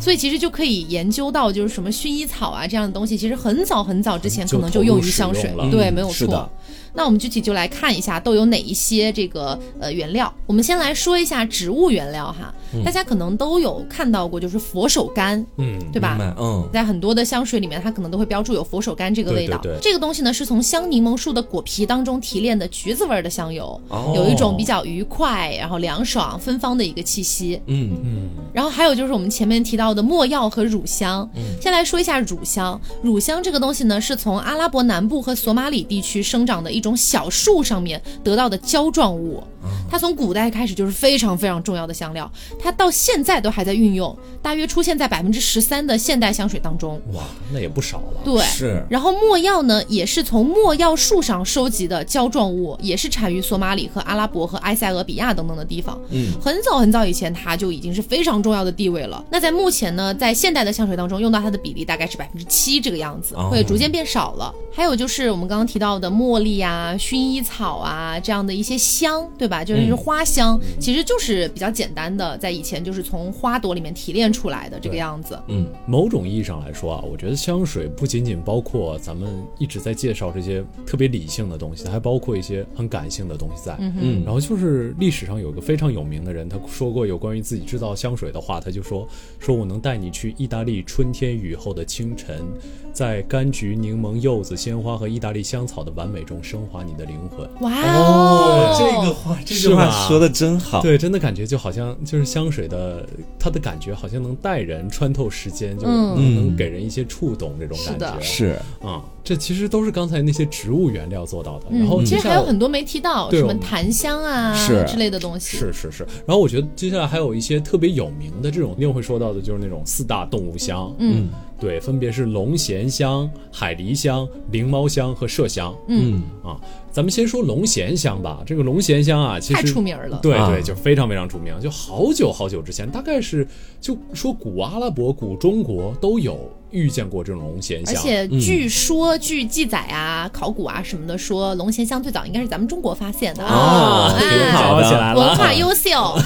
[SPEAKER 3] 所以其实就可以研究到，就是什么薰衣草啊这样的东西，其实很早很早之前
[SPEAKER 1] 就
[SPEAKER 3] 可能
[SPEAKER 1] 投
[SPEAKER 3] 就
[SPEAKER 1] 入
[SPEAKER 3] 用于
[SPEAKER 1] 使
[SPEAKER 3] 香
[SPEAKER 1] 用
[SPEAKER 3] 水，
[SPEAKER 1] 了
[SPEAKER 3] 对，
[SPEAKER 2] 嗯
[SPEAKER 3] 没有
[SPEAKER 2] 是
[SPEAKER 3] 错。
[SPEAKER 2] 的
[SPEAKER 3] 那我们具体就来看一下都有哪一些这个呃原料。我们先来说一下植物原料哈，大家可能都有看到过，就是佛手柑，
[SPEAKER 1] 嗯，
[SPEAKER 3] 对吧？
[SPEAKER 2] 明白嗯，
[SPEAKER 3] 在很多的香水里面，它可能都会标注有佛手柑这个味道。
[SPEAKER 1] 对对对
[SPEAKER 3] 这个东西呢，是从香柠檬树的果皮当中提炼的橘子味儿的香油，
[SPEAKER 2] 哦
[SPEAKER 3] 有一种比较愉快、然后凉爽、芬芳的一个气息。
[SPEAKER 2] 嗯嗯
[SPEAKER 3] 然后还有就是我们前面提到的没药和乳香，
[SPEAKER 1] 嗯
[SPEAKER 3] 先来说一下乳香。乳香这个东西呢，是从阿拉伯南部和索马里地区生长的一种小树上面得到的胶状
[SPEAKER 1] 哦
[SPEAKER 3] 物。它从古代开始就是非常非常重要的香料，它到现在都还在运用，大约出现在百分之十三的现代香水当中。
[SPEAKER 1] 哇，那也不少了。
[SPEAKER 3] 对，
[SPEAKER 2] 是
[SPEAKER 3] 然后没药呢，也是从没药树上收集的胶状物，也是产于索马里和阿拉伯和埃塞俄比亚等等的地方。
[SPEAKER 2] 嗯，
[SPEAKER 3] 很早很早以前，它就已经是非常重要的地位了。那在目前呢，在现代的香水当中，用到它的比例大概是百分之七这个样子，
[SPEAKER 2] 哦
[SPEAKER 3] 会逐渐变少了。还有就是我们刚刚提到的茉莉啊、薰衣草啊这样的一些香，对吧？就是
[SPEAKER 2] 嗯
[SPEAKER 3] 花香，其实就是比较简单的，在以前就是从花朵里面提炼出来的这个样子。
[SPEAKER 2] 嗯
[SPEAKER 1] 某种意义上来说啊，我觉得香水不仅仅包括咱们一直在介绍这些特别理性的东西，它还包括一些很感性的东西在。嗯
[SPEAKER 2] 嗯
[SPEAKER 1] 然后就是历史上有个非常有名的人，他说过有关于自己制造香水的话，他就说：“说我能带你去意大利春天雨后的清晨，在柑橘、柠檬、柚子、鲜花和意大利香草的完美中升华你的灵魂。”
[SPEAKER 3] 哇哦，
[SPEAKER 2] 话这
[SPEAKER 1] 是吧
[SPEAKER 2] 的真好
[SPEAKER 1] 对，真的感觉就好像就是香水的，它的感觉好像能带人穿透时间，就
[SPEAKER 3] 嗯
[SPEAKER 1] 能给人一些触动这种
[SPEAKER 3] 是
[SPEAKER 1] 感
[SPEAKER 3] 的
[SPEAKER 1] 觉。
[SPEAKER 2] 是
[SPEAKER 1] 啊、这其实都是刚才那些植物原料做到的。然后
[SPEAKER 3] 嗯，其
[SPEAKER 1] 接
[SPEAKER 3] 实
[SPEAKER 1] 下
[SPEAKER 3] 还
[SPEAKER 1] 来
[SPEAKER 3] 有很多没提到，
[SPEAKER 1] 对
[SPEAKER 3] 什
[SPEAKER 1] 我
[SPEAKER 3] 么
[SPEAKER 1] 们
[SPEAKER 3] 檀香啊
[SPEAKER 2] 是
[SPEAKER 3] 之类的东西。
[SPEAKER 1] 是是是，然后我觉得接下来还有一些特别有名的这种，一定会说到的，就是那种四大动物香。
[SPEAKER 3] 嗯，
[SPEAKER 1] 对，分别是龙涎香、海狸香、灵猫香和麝香。
[SPEAKER 2] 嗯
[SPEAKER 1] 啊，咱们先说龙涎香吧。这个龙涎香啊，其实
[SPEAKER 3] 太出名儿了
[SPEAKER 1] 对
[SPEAKER 2] 啊
[SPEAKER 1] 对，就非常非常出名，就好久好久之前，大概是就说古阿拉伯、古中国都有遇见过这种龙涎
[SPEAKER 3] 而
[SPEAKER 1] 香。
[SPEAKER 3] 且据说、据记载啊、考古啊什么的说，龙涎香最早应该是咱们中国发现的
[SPEAKER 2] 哦
[SPEAKER 3] 哎
[SPEAKER 2] 挺好
[SPEAKER 1] 起
[SPEAKER 2] 的
[SPEAKER 1] 来
[SPEAKER 3] 文
[SPEAKER 1] 了。
[SPEAKER 3] 化优秀，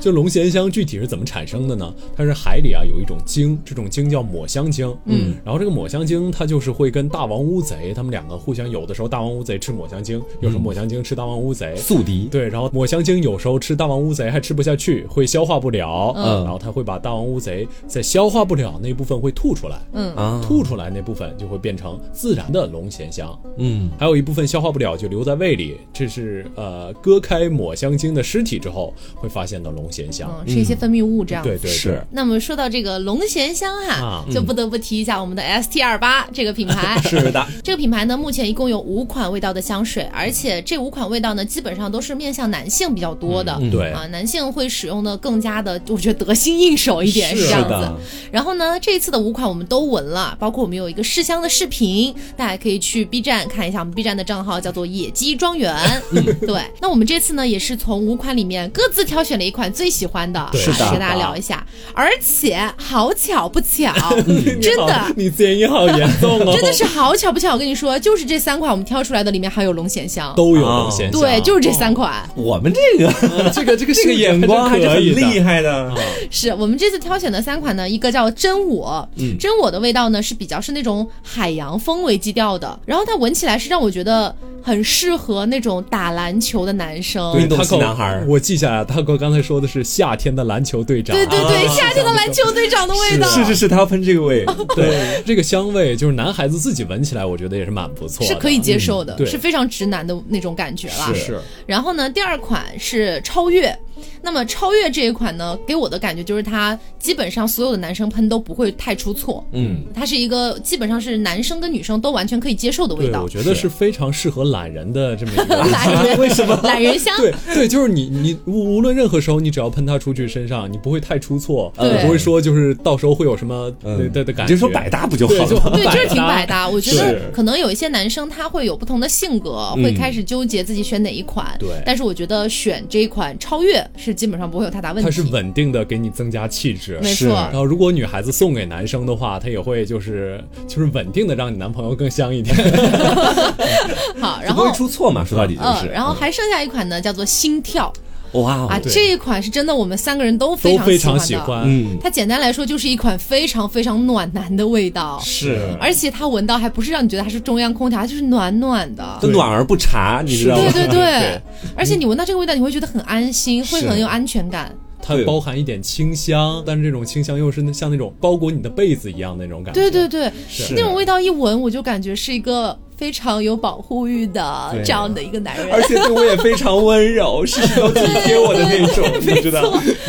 [SPEAKER 1] 就龙涎香具体是怎么产生的呢？它是海里啊有一种鲸，这种鲸叫抹香鲸。嗯，然后这个抹香鲸它就是会跟大王乌贼，他们两个互相有的时候大王乌贼吃抹香鲸，有时候抹香鲸吃大王乌贼。
[SPEAKER 2] 宿敌，
[SPEAKER 1] 对，然后抹香鲸有时候吃大王乌贼还吃不下去，会消化不了，
[SPEAKER 2] 嗯
[SPEAKER 1] 然后它会把大王乌贼在消化不了那部分会吐出来，
[SPEAKER 3] 嗯
[SPEAKER 2] 啊，
[SPEAKER 1] 吐出来那部分就会变成自然的龙涎香，
[SPEAKER 2] 嗯
[SPEAKER 1] 还有一部分消化不了就留在胃里，这是呃割开抹香鲸的尸体之后会发现的龙涎香。
[SPEAKER 3] 嗯，是一些分泌物这样。
[SPEAKER 1] 对对对
[SPEAKER 2] 是
[SPEAKER 3] 那么说到这个龙涎香哈
[SPEAKER 1] 啊，
[SPEAKER 3] 就不得不提一下我们的 S T 二八这个品牌。
[SPEAKER 2] 是的，
[SPEAKER 3] 这个品牌呢，目前一共有五款味道的香水，而且这五款味道呢，基本上都是面向男性比较多的。
[SPEAKER 2] 嗯
[SPEAKER 1] 对
[SPEAKER 3] 啊，男性会使用的更加的，我觉得得心应手一点，
[SPEAKER 1] 是
[SPEAKER 3] 这样子
[SPEAKER 2] 的。，
[SPEAKER 3] 然后呢，这次的五款我们都闻了，包括我们有一个试香的视频，大家可以去 B 站看一下，我们 B 站的账号叫做野鸡庄园。 对，那我们这次呢也是从五款里面各自挑选了一款最喜欢的，
[SPEAKER 1] 对
[SPEAKER 3] 来
[SPEAKER 2] 是的
[SPEAKER 3] 跟大家聊一下。而且好巧不巧，真的。
[SPEAKER 1] 你建议好严重哦，
[SPEAKER 3] 真的是好巧不巧，我跟你说，就是这三款我们挑出来的里面还有龙涎香，
[SPEAKER 1] 都有龙涎香。哦
[SPEAKER 3] 对，就是这三款。
[SPEAKER 2] 我们这个
[SPEAKER 1] 这个这个
[SPEAKER 2] 哦这个眼光还
[SPEAKER 1] 还
[SPEAKER 2] 是很
[SPEAKER 1] 可以
[SPEAKER 2] 厉
[SPEAKER 1] 的。
[SPEAKER 2] 害的，
[SPEAKER 3] 是我们这次挑选的三款呢，一个叫真我，
[SPEAKER 1] 嗯
[SPEAKER 3] 真我的味道呢是比较是那种海洋风为基调的，然后它闻起来是让我觉得很适合那种打篮球的男生。
[SPEAKER 2] 运动
[SPEAKER 1] 他
[SPEAKER 2] 系
[SPEAKER 1] 跟
[SPEAKER 2] 男孩儿
[SPEAKER 1] 我记下来，他哥刚才说的是夏天的篮球队长。
[SPEAKER 3] 对对对，
[SPEAKER 1] 啊
[SPEAKER 3] 夏天的篮球队长的味道。
[SPEAKER 2] 是是是，他要喷这个味，
[SPEAKER 1] 对，这个香味就是男孩子自己闻起来，我觉得也是蛮不错的，
[SPEAKER 3] 是可以接受的，
[SPEAKER 1] 嗯对
[SPEAKER 3] 是非常直男的那种感觉了。
[SPEAKER 1] 是是
[SPEAKER 3] 然后呢，第二款是超越。那么超越这一款呢，给我的感觉就是它基本上所有的男生喷都不会太出错，
[SPEAKER 2] 嗯，
[SPEAKER 3] 它是一个基本上是男生跟女生都完全可以接受的味
[SPEAKER 1] 对，
[SPEAKER 3] 道。
[SPEAKER 1] 我。觉得
[SPEAKER 2] 是
[SPEAKER 1] 是非常适合懒人的这么一 个
[SPEAKER 3] 懒人为什么？懒人 香。
[SPEAKER 1] 对对，就是你你无无论任何时候，你只要喷它出去身上，你不会太出错，呃
[SPEAKER 3] 对
[SPEAKER 1] 你不会说就是到时候会有什么
[SPEAKER 2] 嗯
[SPEAKER 1] 对对的感
[SPEAKER 2] 你
[SPEAKER 1] 觉。
[SPEAKER 2] 就说百搭不就好
[SPEAKER 1] 对，就
[SPEAKER 2] 了吗？
[SPEAKER 1] 很
[SPEAKER 3] 对，就是挺
[SPEAKER 1] 搭
[SPEAKER 3] 百搭。我觉得
[SPEAKER 1] 是
[SPEAKER 3] 可能有一些男生他会有不同的性格，
[SPEAKER 2] 嗯
[SPEAKER 3] 会开始纠结自己选哪一款。
[SPEAKER 1] 对
[SPEAKER 3] 但是我觉得选这一款超越是基本上不会有太大问题。
[SPEAKER 1] 它是稳定的给你增加气质。
[SPEAKER 3] 没
[SPEAKER 2] 是
[SPEAKER 3] 错
[SPEAKER 1] 然。后，如果女孩子送给男生的话，她也会就是就是稳定的让你男朋友更香一点。
[SPEAKER 3] 好， 然
[SPEAKER 2] 就不
[SPEAKER 3] 后
[SPEAKER 2] 会出错嘛，说到底就
[SPEAKER 3] 嗯
[SPEAKER 2] 是，，
[SPEAKER 3] 然后还剩下一款呢，叫做心跳
[SPEAKER 2] 哇
[SPEAKER 3] 啊，
[SPEAKER 2] 哦，
[SPEAKER 3] 这一款是真的我们三个人都
[SPEAKER 1] 都非
[SPEAKER 3] 喜欢
[SPEAKER 1] 常
[SPEAKER 3] 的。
[SPEAKER 1] 喜欢，
[SPEAKER 2] 嗯，
[SPEAKER 3] 它简单来说就是一款非常非常暖男的味道，
[SPEAKER 2] 是，
[SPEAKER 3] 而且它闻到还不是让你觉得它是中央空调，它就是暖暖的。
[SPEAKER 2] 就暖而不茶，你知道吗
[SPEAKER 3] 对？对对
[SPEAKER 1] 对，
[SPEAKER 3] 而且你闻到这个味道，你会觉得很安心，会
[SPEAKER 2] 是
[SPEAKER 3] 很有安全感。
[SPEAKER 2] 嗯
[SPEAKER 1] 它包含一点清香，但是这种清香又是那像那种包裹你的被子一样的那种感觉。
[SPEAKER 3] 对对对，
[SPEAKER 2] 是
[SPEAKER 3] 那种味道一闻，我就感觉是一个非常有保护欲的
[SPEAKER 2] 对
[SPEAKER 3] 这样的一个男
[SPEAKER 2] 而
[SPEAKER 3] 人。
[SPEAKER 2] 且对我也非常温柔，是有体贴我的那种，你知道？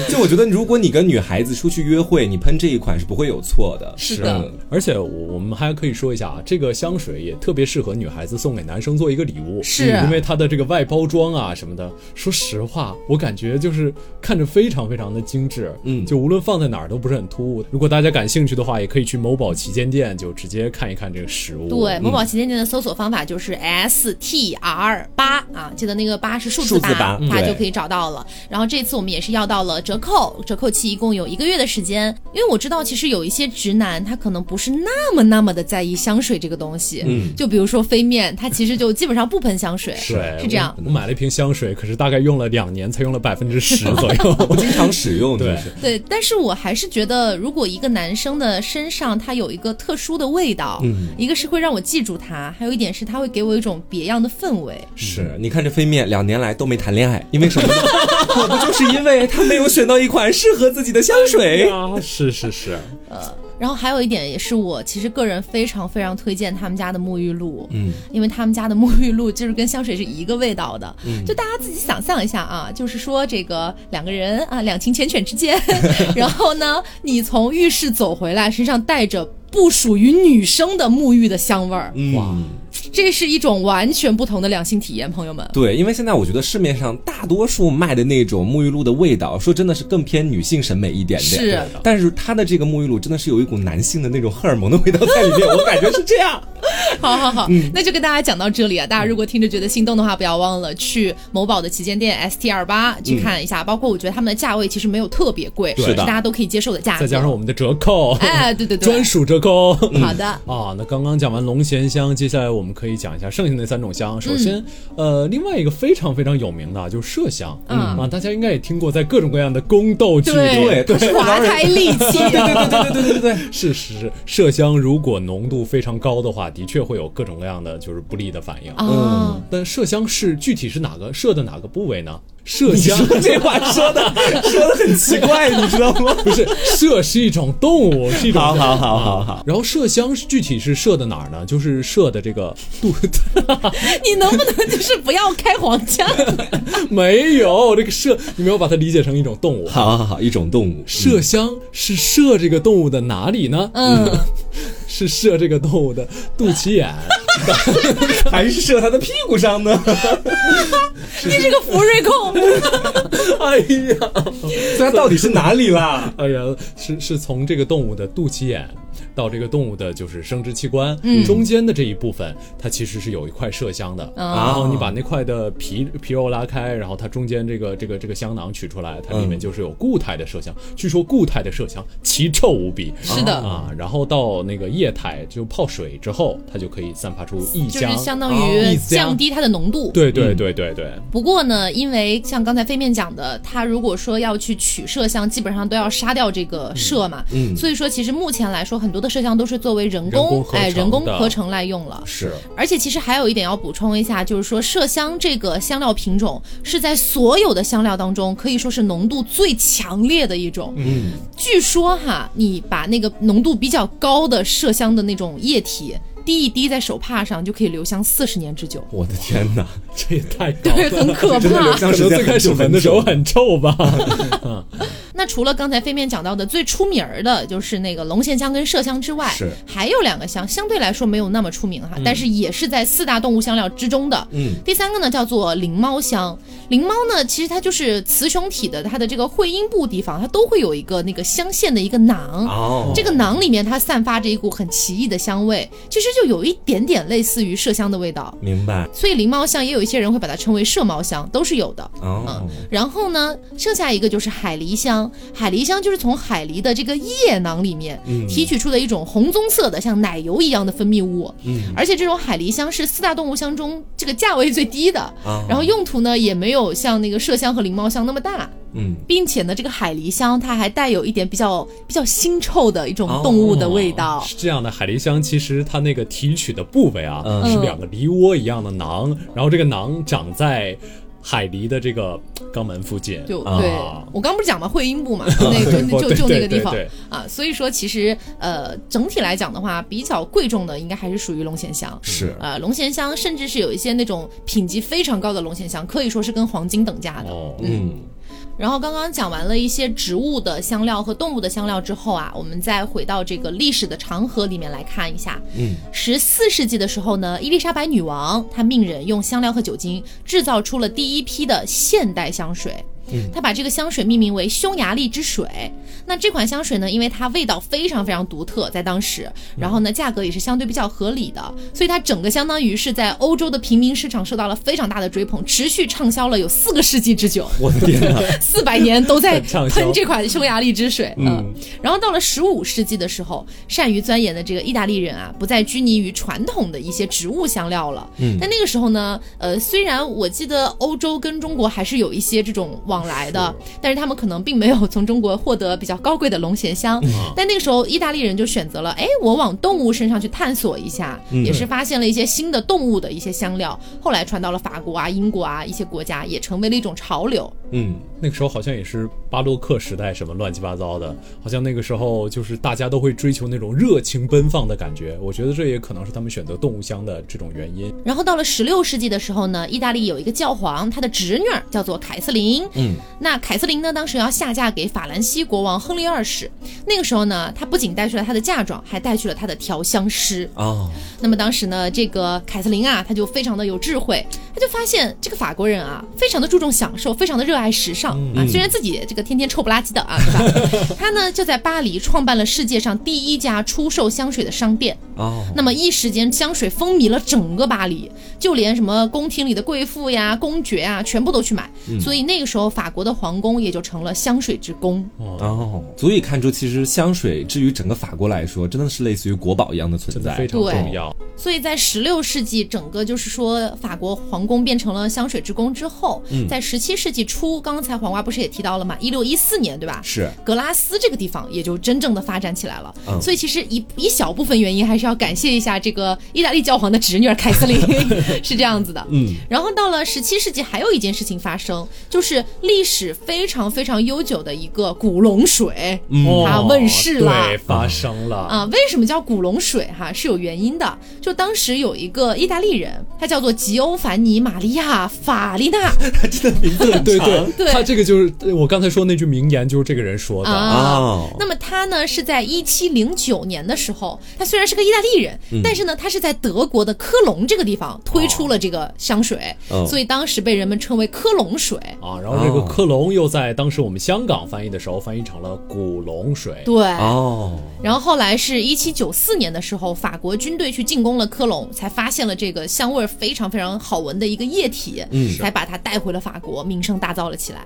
[SPEAKER 2] 就我觉得，如果你跟女孩子出去约会，你喷这一款是不会有错的。
[SPEAKER 3] 是的
[SPEAKER 2] 嗯，
[SPEAKER 1] 而且我我们还可以说一下啊，这个香水也特别适合女孩子送给男生做一个礼物，
[SPEAKER 3] 是
[SPEAKER 1] 嗯因为它的这个外包装啊什么的，说实话，我感觉就是看着非常非常的精致，
[SPEAKER 2] 嗯
[SPEAKER 1] 就无论放在哪儿都不是很突兀。如果大家感兴趣的话，也可以去某宝旗舰店就直接看一看这个实
[SPEAKER 2] 嗯
[SPEAKER 1] 物。
[SPEAKER 3] 对，某宝旗舰店的搜索方法就是 S T R 八啊，记得那个八是数字
[SPEAKER 2] 数字八嗯
[SPEAKER 3] 八，它
[SPEAKER 2] 对
[SPEAKER 3] 就可以找到了。然后这次我们也是要到了折扣，折扣期一共有一个月的时间。因为我知道，其实有一些直男他可能不是那么那么的在意香水这个东西，
[SPEAKER 2] 嗯
[SPEAKER 3] 就比如说飞面，他其实就基本上不喷香水，
[SPEAKER 1] 对，
[SPEAKER 3] 是这样。
[SPEAKER 1] 我。我买了一瓶香水，可是大概用了两年，才用了百分之十左 右。
[SPEAKER 2] 我经常使用，就
[SPEAKER 1] 对
[SPEAKER 2] 是
[SPEAKER 3] 对，但是我还是觉得，如果一个男生的身上他有一个特殊的味道，
[SPEAKER 2] 嗯
[SPEAKER 3] 一个是会让我记住他，还有一点是他会给我一种别样的氛围。
[SPEAKER 2] 是。你看这飞面两年来都没谈恋爱，因为什么呢？ 可不就是因为他没有选到一款适合自己的香
[SPEAKER 3] 哎
[SPEAKER 2] 水？
[SPEAKER 1] 啊，是是 是，
[SPEAKER 3] 啊然后还有一点也是我其实个人非常非常推荐他们家的沐浴露，
[SPEAKER 2] 嗯，
[SPEAKER 3] 因为他们家的沐浴露就是跟香水是一个味道的。就大家自己想象一下啊，就是说这个两个人啊两情缱绻之间， 然后呢，你从浴室走回来，身上带着。不属于女生的沐浴的香味儿，
[SPEAKER 2] 哇，
[SPEAKER 3] 这是一种完全不同的两性体验，朋友们。
[SPEAKER 2] 对，因为现在我觉得市面上大多数卖的那种沐浴露的味道，说真的是更偏女性审美一点点。
[SPEAKER 3] 是，
[SPEAKER 2] 但是它的这个沐浴露真的是有一股男性的那种荷尔蒙的味道在里面，我感觉是这样。
[SPEAKER 3] 好好好，那就跟大家讲到这里啊。大家如果听着觉得心动的话，不要忘了去某宝的旗舰店 S T 二八去看一下。包括我觉得他们的价位其实没有特别贵，
[SPEAKER 2] 是的
[SPEAKER 3] 大家都可以接受的价格。
[SPEAKER 1] 再加上我们的折扣，
[SPEAKER 3] 哎，对对嗯对，
[SPEAKER 1] 专属折扣。
[SPEAKER 3] 好的，
[SPEAKER 1] 啊，那刚刚讲完龙涎香，接下来我们可以讲一下剩下那三种香。
[SPEAKER 2] 嗯
[SPEAKER 1] 首先，呃，另外一个非常非常有名的啊就是麝香，
[SPEAKER 3] 嗯
[SPEAKER 1] 啊，大家应该也听过，在各种各样的宫斗剧里，
[SPEAKER 3] 对，
[SPEAKER 2] 对
[SPEAKER 3] 华开利器。
[SPEAKER 2] 对对对对对对对对，
[SPEAKER 1] 是是是，麝香如果浓度非常高的话，的确确会有各种各样的就是不利的反应。嗯
[SPEAKER 3] 啊，
[SPEAKER 1] 但麝香是具体是哪个射的哪个部位呢？麝
[SPEAKER 2] 你
[SPEAKER 1] 香
[SPEAKER 2] 说这话说的说的很奇怪，你知道吗？
[SPEAKER 1] 不是麝是一种动物，是一种
[SPEAKER 2] 好好好好好，
[SPEAKER 1] 然后麝香具体是射的哪儿呢？就是射的这个肚子，
[SPEAKER 3] 你能不能就是不要开黄腔？
[SPEAKER 1] 没有这个射，你没有把它理解成一种动物。
[SPEAKER 2] 好好好，一种动物
[SPEAKER 1] 麝香是射这个动物的哪里呢？
[SPEAKER 3] 嗯，
[SPEAKER 1] 是射这个动物的肚脐眼。
[SPEAKER 2] 还是射他的屁股上呢？
[SPEAKER 3] 你是个福瑞 控，
[SPEAKER 1] 哎呀，
[SPEAKER 2] 所以它到底是哪里啦？
[SPEAKER 1] 哎呀，是是从这个动物的肚脐眼到这个动物的就是生殖器官、
[SPEAKER 3] 嗯
[SPEAKER 1] 中间的这一部分，它其实是有一块麝香
[SPEAKER 3] 哦
[SPEAKER 1] 的。然后你把那块的皮皮肉拉开，然后它中间这个这个这个香囊取出来，它里面就是有固态的麝香。据说固态的麝香奇臭无比。
[SPEAKER 3] 是的
[SPEAKER 1] 啊，然后到那个液态就泡水之后，它就可以散发出异
[SPEAKER 3] 就
[SPEAKER 1] 香，
[SPEAKER 3] 是相当
[SPEAKER 1] 哦
[SPEAKER 3] 于
[SPEAKER 1] 异香
[SPEAKER 3] 降低它的浓度。
[SPEAKER 1] 对对对对对，
[SPEAKER 3] 不过呢，因为像刚才飞面讲的，他如果说要去取麝香，基本上都要杀掉这个麝嘛。嗯，所以说其实目前来说，很多的麝香都是作为人
[SPEAKER 1] 人
[SPEAKER 3] 工
[SPEAKER 1] 工合
[SPEAKER 3] 哎
[SPEAKER 1] 成
[SPEAKER 3] 人工
[SPEAKER 1] 的
[SPEAKER 3] 合成来用了。
[SPEAKER 1] 是
[SPEAKER 3] 而且其实还有一点要补充一下，就是说麝香这个香料品种是在所有的香料当中可以说是浓度最强烈的一种。嗯，据说哈，你把那个浓度比较高的麝香的那种液体滴一滴在手帕上，就可以留香四十年之久。
[SPEAKER 2] 我的天哪！
[SPEAKER 1] 这也太高
[SPEAKER 3] 哦对，
[SPEAKER 1] 了。
[SPEAKER 3] 很可
[SPEAKER 2] 真的留
[SPEAKER 3] 怕。
[SPEAKER 2] 香
[SPEAKER 1] 可
[SPEAKER 2] 时
[SPEAKER 1] 能
[SPEAKER 2] 间
[SPEAKER 1] 最开始闻的时候很臭吧，
[SPEAKER 3] 那除了刚才飞面讲到的最出名儿的就是那个龙涎香跟麝香之外，
[SPEAKER 2] 是
[SPEAKER 3] 还有两个香相对来说没有那么出名哈，但是也是在四大动物香料之中的。
[SPEAKER 2] 嗯，
[SPEAKER 3] 第三个呢叫做灵猫香，灵猫呢其实它就是雌雄体的它的这个会阴部地方，它都会有一个那个香腺的一个囊。
[SPEAKER 2] 哦
[SPEAKER 3] 这个囊里面它散发着一股很奇异的香味，其实就有一点点类似于麝香的味道，
[SPEAKER 2] 明白
[SPEAKER 3] 所以灵猫香也有一些人会把它称为麝猫香，都是有的。
[SPEAKER 2] 哦，
[SPEAKER 3] 然后呢，剩下一个就是海狸香，海狸香就是从海狸的这个液囊里面
[SPEAKER 2] 嗯
[SPEAKER 3] 提取出的一种红棕色的像奶油一样的分泌物，
[SPEAKER 2] 嗯
[SPEAKER 3] 而且这种海狸香是四大动物香中这个价位最低的，
[SPEAKER 2] 啊
[SPEAKER 3] 然后用途呢也没有像那个麝香和灵猫香那么大，
[SPEAKER 2] 嗯，
[SPEAKER 3] 并且呢，这个海狸香它还带有一点比较比较腥臭的一种动物
[SPEAKER 2] 哦
[SPEAKER 3] 的味道。
[SPEAKER 1] 嗯是这样的，海狸香其实它那个提取的部位啊，
[SPEAKER 2] 嗯
[SPEAKER 1] 是两个梨窝一样的囊，然后这个囊长在海狸的这个肛门附近。
[SPEAKER 3] 就
[SPEAKER 2] 啊
[SPEAKER 3] 对、我刚不是讲嘛，会阴部嘛，就那就就就那个地方
[SPEAKER 1] 对对对
[SPEAKER 3] 啊，所以说其实呃，整体来讲的话，比较贵重的应该还是属于龙涎香。
[SPEAKER 2] 是
[SPEAKER 3] 呃，龙涎香甚至是有一些那种品级非常高的龙涎香，可以说是跟黄金等价的。
[SPEAKER 1] 哦，
[SPEAKER 2] 嗯
[SPEAKER 3] 然后刚刚讲完了一些植物的香料和动物的香料之后啊，我们再回到这个历史的长河里面来看一下。
[SPEAKER 2] 嗯，
[SPEAKER 3] 十四世纪的时候呢，伊丽莎白女王她命人用香料和酒精制造出了第一批的现代香水。
[SPEAKER 2] 嗯
[SPEAKER 3] 她把这个香水命名为匈牙利之水。那这款香水呢，因为它味道非常非常独特，在当时，然后呢，价格也是相对比较合理的，所以它整个相当于是在欧洲的平民市场受到了非常大的追捧，持续畅销了有四个世纪之久。
[SPEAKER 2] 我的天哪！
[SPEAKER 3] 四百年都在
[SPEAKER 1] 畅销
[SPEAKER 3] 喷这款匈牙利之水，嗯，然后到了十五世纪的时候，善于钻研的这个意大利人啊，不再拘泥于传统的一些植物香料了，嗯，但那个时候呢，呃，虽然我记得欧洲跟中国还是有一些这种往来的，但是他们可能并没有从中国获得比较高贵的龙涎香，但那个时候意大利人就选择了，哎，我往动物身上去探索一下，也是发现了一些新的动物的一些香料，后来传到了法国啊、英国啊一些国家，也成为了一种潮流，
[SPEAKER 2] 嗯，
[SPEAKER 1] 那个时候好像也是巴洛克时代，什么乱七八糟的，好像那个时候就是大家都会追求那种热情奔放的感觉。我觉得这也可能是他们选择动物香的这种原因。
[SPEAKER 3] 然后到了十六世纪的时候呢，意大利有一个教皇，他的侄女儿叫做凯瑟琳。
[SPEAKER 2] 嗯，
[SPEAKER 3] 那凯瑟琳呢，当时要下嫁给法兰西国王亨利二世。那个时候呢，她不仅带去了她的嫁妆，还带去了她的调香师。
[SPEAKER 2] 哦，
[SPEAKER 3] 那么当时呢，这个凯瑟琳啊，她就非常的有智慧，她就发现这个法国人啊，非常的注重享受，非常的热爱时尚、啊。虽然自己这个天天臭不拉几的啊，对吧？她呢就在巴黎创办了世界上第一家出售香水的商店。
[SPEAKER 2] 哦，
[SPEAKER 3] 那么一时间，香水风靡了整个巴黎，就连什么宫廷里的贵妇呀、公爵呀，全部都去买。所以那个时候，法国的皇宫也就成了香水之宫。
[SPEAKER 2] 哦，足以看出，其实香水至于整个法国来说，真的是类似于国宝一样的存
[SPEAKER 1] 真的
[SPEAKER 2] 在
[SPEAKER 1] 非。常
[SPEAKER 3] 对
[SPEAKER 1] 重要，
[SPEAKER 3] 所以在十六世纪，整个就是说法国皇宫变成了香水之宫之后，
[SPEAKER 2] 嗯
[SPEAKER 3] 在十七世纪初，刚才黄瓜不是也提到了嘛，一六一四年对吧？
[SPEAKER 2] 是
[SPEAKER 3] 格拉斯这个地方也就真正的发展起来了。
[SPEAKER 2] 嗯
[SPEAKER 3] 所以其实一一小部分原因还是是要感谢一下这个意大利教皇的侄女儿 凯瑟琳，是这样子的。嗯，然后到了十七世纪，还有一件事情发生，就是历史非常非常悠久的一个古龙水，
[SPEAKER 2] 嗯
[SPEAKER 3] 它
[SPEAKER 1] 哦
[SPEAKER 3] 问世了。
[SPEAKER 1] 对，发生了。
[SPEAKER 3] 啊，为什么叫古龙水哈、是有原因的。就当时有一个意大利人，他叫做吉欧凡尼·玛利亚·法利纳
[SPEAKER 1] 对对
[SPEAKER 3] 嗯对
[SPEAKER 1] 他这个就是呃我刚才说那句名言，就是这个人说的。
[SPEAKER 3] 啊。
[SPEAKER 2] 哦，
[SPEAKER 3] 那么他呢是在一七零九年的时候，他虽然是个意大利人，
[SPEAKER 2] 嗯
[SPEAKER 3] 但是呢他是在德国的科隆这个地方推出了这个香水，
[SPEAKER 2] 哦
[SPEAKER 3] 所以当时被人们称为科隆水。
[SPEAKER 1] 啊，然后这个
[SPEAKER 2] 哦
[SPEAKER 1] 克隆又在当时我们香港翻译的时候翻译成了古龙水。
[SPEAKER 3] 对，
[SPEAKER 2] 哦，
[SPEAKER 3] 然后后来是一七九四年的时候，法国军队去进攻了科隆，才发现了这个香味儿非常非常好闻的一个液体，
[SPEAKER 2] 嗯
[SPEAKER 3] 才把它带回了法国，名声大噪了起来。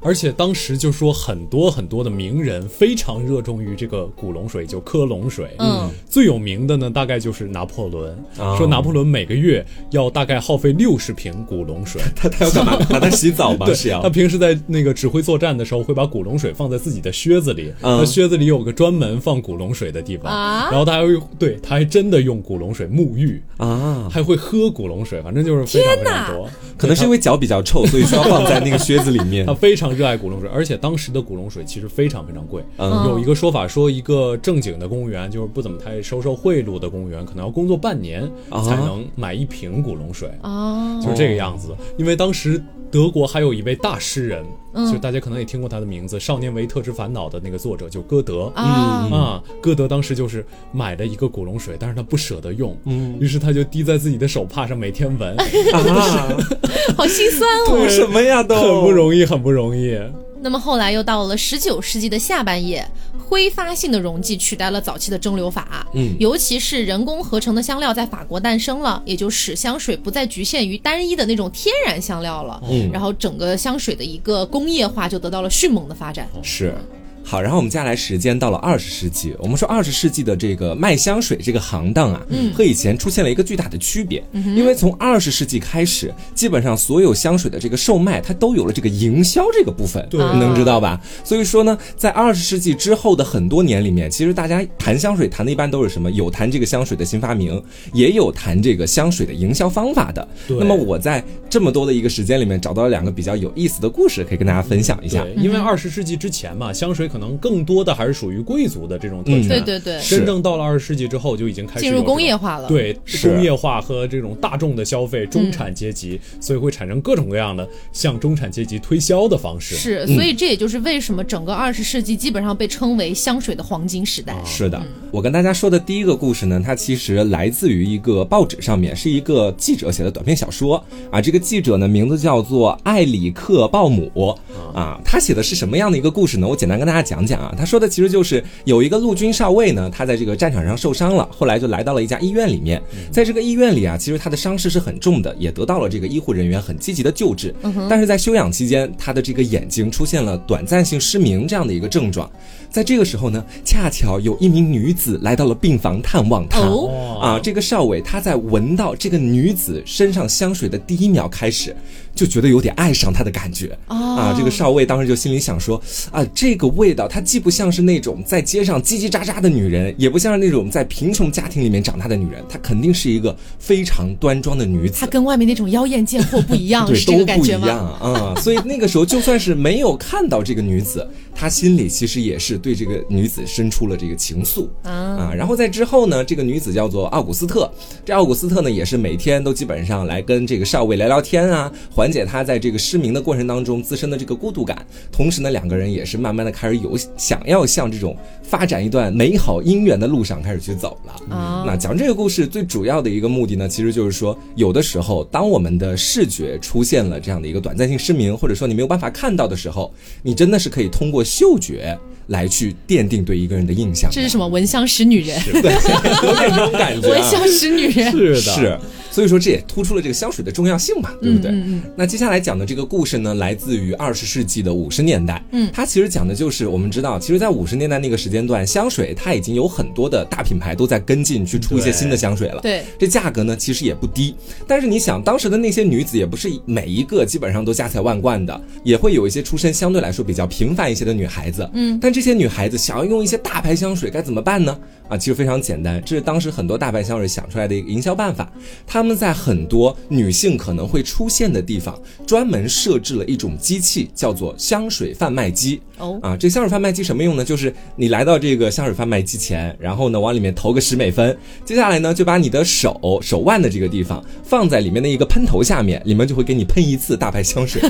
[SPEAKER 1] 而且当时就说很多很多的名人非常热衷于这个古龙水，就科隆水。
[SPEAKER 3] 嗯，
[SPEAKER 1] 最有名的呢，大概就是拿破仑，
[SPEAKER 2] 哦
[SPEAKER 1] 说拿破仑每个月要大概耗费六十瓶古龙水。
[SPEAKER 2] 他他要干嘛？把他洗澡吧，是啊要
[SPEAKER 1] 他平时在那个指挥作战的时候，会把古龙水放在自己的靴子里，
[SPEAKER 2] 嗯
[SPEAKER 1] 他靴子里有个专门放古龙水的地方，
[SPEAKER 3] 啊
[SPEAKER 1] 然后他还会对，他还真的用古龙水沐浴，
[SPEAKER 2] 啊。
[SPEAKER 1] 还会喝古龙水，反正就是非常非常多。
[SPEAKER 2] 可能是因为脚比较臭，所以需要放在那个靴子里面
[SPEAKER 1] 他。非常热爱古龙水，而且当时的古龙水其实非常非常贵。
[SPEAKER 2] 嗯
[SPEAKER 1] 有一个说法说，一个正经的公务员，就是不怎么太收受贿赂的公务员，可能要工作半年
[SPEAKER 2] 啊
[SPEAKER 1] 才能买一瓶古龙水。
[SPEAKER 3] 哦，
[SPEAKER 1] 就是这个样子。因为当时德国还有一位大诗人，
[SPEAKER 3] 嗯
[SPEAKER 1] 就大家可能也听过他的名字，《少年维特之烦恼》的那个作者，就歌德。
[SPEAKER 3] 啊，
[SPEAKER 1] 啊，歌德当时就是买了一个古龙水，但是他不舍得用，
[SPEAKER 2] 嗯
[SPEAKER 1] 于是他就滴在自己的手帕上，每天闻，
[SPEAKER 2] 啊，
[SPEAKER 3] 好心酸哦。
[SPEAKER 2] 图什么呀都？
[SPEAKER 1] 很不容易，很不容易。
[SPEAKER 3] 那么后来又到了十九世纪的下半叶，挥发性的溶剂取代了早期的蒸馏法，
[SPEAKER 2] 嗯
[SPEAKER 3] 尤其是人工合成的香料在法国诞生了，也就使香水不再局限于单一的那种天然香料了，
[SPEAKER 2] 嗯
[SPEAKER 3] 然后整个香水的一个工业化就得到了迅猛的发展。
[SPEAKER 1] 哦
[SPEAKER 2] 是。好，然后我们接下来时间到了二十世纪，我们说二十世纪的这个卖香水这个行当啊，
[SPEAKER 1] 嗯
[SPEAKER 2] 和以前出现了一个巨大的区别，因为从二十世纪开始，基本上所有香水的这个售卖，它都有了这个营销这个部分，
[SPEAKER 1] 对
[SPEAKER 2] 你能知道吧？所以说呢，在二十世纪之后的很多年里面，其实大家谈香水谈的一般都是什么？有谈这个香水的新发明，也有谈这个香水的营销方法的。
[SPEAKER 1] 对
[SPEAKER 2] 那么我在这么多的一个时间里面，找到了两个比较有意思的故事，可以跟大家分享一下。
[SPEAKER 1] 对，因为二十世纪之前嘛，香水可能更多的还是属于贵族的这种特权。
[SPEAKER 2] 嗯
[SPEAKER 3] 对对对，
[SPEAKER 1] 真正到了二十世纪之后，就已经开始
[SPEAKER 3] 进入
[SPEAKER 1] 有这种
[SPEAKER 3] 工业化了。，嗯
[SPEAKER 1] 对
[SPEAKER 2] 是
[SPEAKER 1] 工业化和这种大众的消费，中产阶级，所以会产生各种各样的向中产阶级推销的方式。
[SPEAKER 3] 是，所以这也就是为什么整个二十世纪基本上被称为香水的黄金时代。
[SPEAKER 2] 是的，我跟大家说的第一个故事呢，它其实来自于一个报纸上面，是一个记者写的短篇小说啊。这个记者呢，名字叫做艾里克·鲍姆啊。他写的是什么样的一个故事呢？我简单跟大家讲讲啊。他说的其实就是有一个陆军少尉呢，他在这个战场上受伤了，后来就来到了一家医院里面。在这个医院里啊，其实他的伤势是很重的，也得到了这个医护人员很积极的救治。但是在休养期间，他的这个眼睛出现了短暂性失明这样的一个症状。在这个时候呢，恰巧有一名女子来到了病房探望他。
[SPEAKER 3] 哦
[SPEAKER 2] 啊，这个少尉他在闻到这个女子身上香水的第一秒开始，就觉得有点爱上她的感觉。啊，这个少尉当时就心里想说，啊，这个味道它既不像是那种在街上叽叽喳喳的女人，也不像是那种在贫穷家庭里面长大的女人，她肯定是一个非常端庄的女子
[SPEAKER 3] 它。跟外面那种妖艳贱货不一样，
[SPEAKER 2] 对，
[SPEAKER 3] 是这
[SPEAKER 2] 都
[SPEAKER 3] 个感
[SPEAKER 2] 不一
[SPEAKER 3] 觉
[SPEAKER 2] 样
[SPEAKER 3] 吗？
[SPEAKER 2] 啊、所以那个时候就算是没有看到这个女子，他心里其实也是对这个女子生出了这个情愫啊。然后在之后呢，这个女子叫做奥古斯特，这奥古斯特呢也是每天都基本上来跟这个少尉聊聊天啊，缓解他在这个失明的过程当中自身的这个孤独感。同时呢，两个人也是慢慢的开始有想要向这种发展一段美好姻缘的路上开始去走了。
[SPEAKER 3] 啊
[SPEAKER 2] 那讲这个故事最主要的一个目的呢，其实就是说，有的时候当我们的视觉出现了这样的一个短暂性失明，或者说你没有办法看到的时候，你真的是可以通过嗅觉来去奠定对一个人的印象的。
[SPEAKER 3] 这是什么？闻香识女人，
[SPEAKER 2] 有点这种感觉、
[SPEAKER 3] 闻
[SPEAKER 2] 啊。
[SPEAKER 3] 香识女人。
[SPEAKER 1] 是的，
[SPEAKER 2] 是，所以说这也突出了这个香水的重要性嘛，对不对？
[SPEAKER 3] 嗯嗯
[SPEAKER 2] 那接下来讲的这个故事呢，来自于二十世纪的五十年代。
[SPEAKER 3] 嗯
[SPEAKER 2] 它其实讲的就是我们知道，其实，在五十年代那个时间段，香水它已经有很多的大品牌都在跟进去出一些新的香水了。
[SPEAKER 3] 对
[SPEAKER 2] 这价格呢其实也不低，但是你想，当时的那些女子也不是每一个基本上都家财万贯的，也会有一些出身相对来说比较平凡一些的女孩子。
[SPEAKER 3] 嗯
[SPEAKER 2] 但这些女孩子想要用一些大牌香水该怎么办呢？啊，其实非常简单，这是当时很多大牌香水想出来的一个营销办法。他们在很多女性可能会出现的地方，专门设置了一种机器，叫做香水贩卖机。
[SPEAKER 3] 哦
[SPEAKER 2] 啊，这香水贩卖机什么用呢？就是你来到这个香水贩卖机前，然后呢往里面投个十美分，接下来呢就把你的手手腕的这个地方放在里面的一个喷头下面，里面就会给你喷一次大牌香水，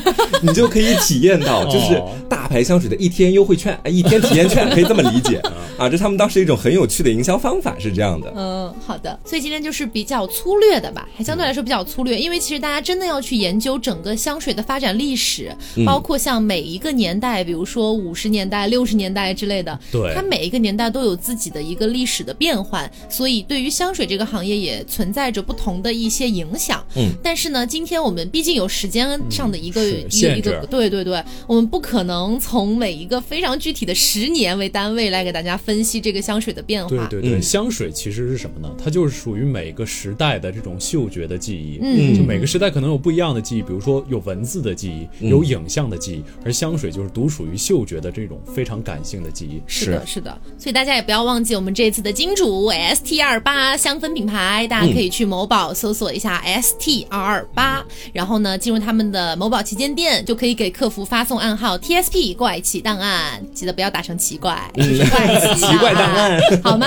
[SPEAKER 2] 你就可以体验到就是
[SPEAKER 1] 哦
[SPEAKER 2] 大牌香水的一天优惠券，哎，一天体验券可以这么理解 啊，这是他们当时一种很有趣的营销方法是这样的。
[SPEAKER 3] 嗯，好的，所以今天就是比较粗略的吧，还相对
[SPEAKER 1] 嗯
[SPEAKER 3] 来说比较粗略，因为其实大家真的要去研究整个香水的发展历史，
[SPEAKER 1] 嗯
[SPEAKER 3] 包括像每一个年代，比如说五十年代、六十年代之类的，
[SPEAKER 1] 对
[SPEAKER 3] 它每一个年代都有自己的一个历史的变换，所以对于香水这个行业也存在着不同的一些影响。
[SPEAKER 2] 嗯，
[SPEAKER 3] 但是呢，今天我们毕竟有时间上的一个、
[SPEAKER 1] 嗯是
[SPEAKER 3] 一个
[SPEAKER 1] 限
[SPEAKER 3] 一个
[SPEAKER 1] 制，
[SPEAKER 3] 对对对，我们不可能从每一个非常具体的十年为单位来给大家分析这个香水的变化。
[SPEAKER 1] 对对对，
[SPEAKER 2] 嗯
[SPEAKER 1] 香水其实是什么呢？它就是属于每个时代的这种嗅觉的记忆。
[SPEAKER 3] 嗯
[SPEAKER 1] 就每个时代可能有不一样的记忆，比如说有文字的记
[SPEAKER 3] 嗯
[SPEAKER 1] 忆，有影像的记忆，而香水就是独属于嗅觉的这种非常感性的记忆。
[SPEAKER 3] 是的，是的，所以大家也不要忘记我们这次的金主 ST 二八香氛品牌，大家可以去某宝搜索一下 ST 二二八，然后呢进入他们的某宝旗舰店，就可以给客服发送暗号 TSP 怪奇档案，记得不要打成奇怪，是怪奇
[SPEAKER 2] 嗯奇怪档案，
[SPEAKER 3] 好吗？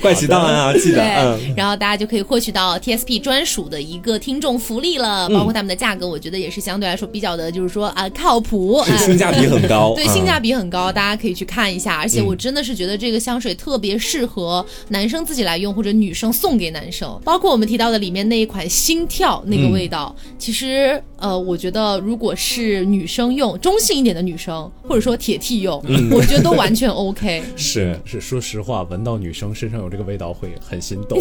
[SPEAKER 2] 怪奇档案啊，记得，嗯。
[SPEAKER 3] 对，然后大家就可以获取到 TSP 专属的一个听众福利了，
[SPEAKER 2] 嗯
[SPEAKER 3] 包括他们的价格，我觉得也是相对来说比较的，就是说啊靠谱，
[SPEAKER 2] 嗯是
[SPEAKER 3] 哎
[SPEAKER 2] 性价比很高，
[SPEAKER 3] 对，
[SPEAKER 2] 嗯
[SPEAKER 3] 性价比很高，大家可以去看一下。而且我真的是觉得这个香水特别适合男生自己来用，或者女生送给男生。包括我们提到的里面那一款心跳那个味道，
[SPEAKER 2] 嗯
[SPEAKER 3] 其实呃，我觉得如果是女生用，中性一点的女生，或者说铁 T 用，
[SPEAKER 2] 嗯
[SPEAKER 3] 我觉得都完 全 OK。
[SPEAKER 2] 是
[SPEAKER 1] 是说实话，闻到女生身上有这个味道会很心 动。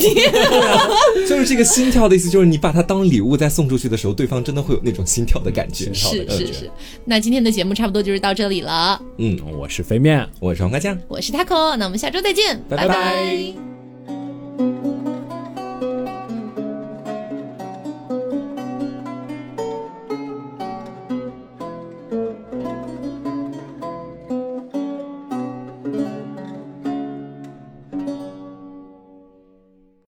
[SPEAKER 2] 就是这个心跳的意思，就是你把它当礼物再送出去的时候，对方真的会有那种心跳的感觉。
[SPEAKER 1] 好
[SPEAKER 3] 是
[SPEAKER 1] 的
[SPEAKER 3] 是是。那今天的节目差不多就是到这里了，
[SPEAKER 2] 嗯，
[SPEAKER 1] 我是飞面。
[SPEAKER 2] 我是黄瓜酱。
[SPEAKER 3] 我是 Taco，那我们下周再见，
[SPEAKER 2] 拜拜
[SPEAKER 3] 拜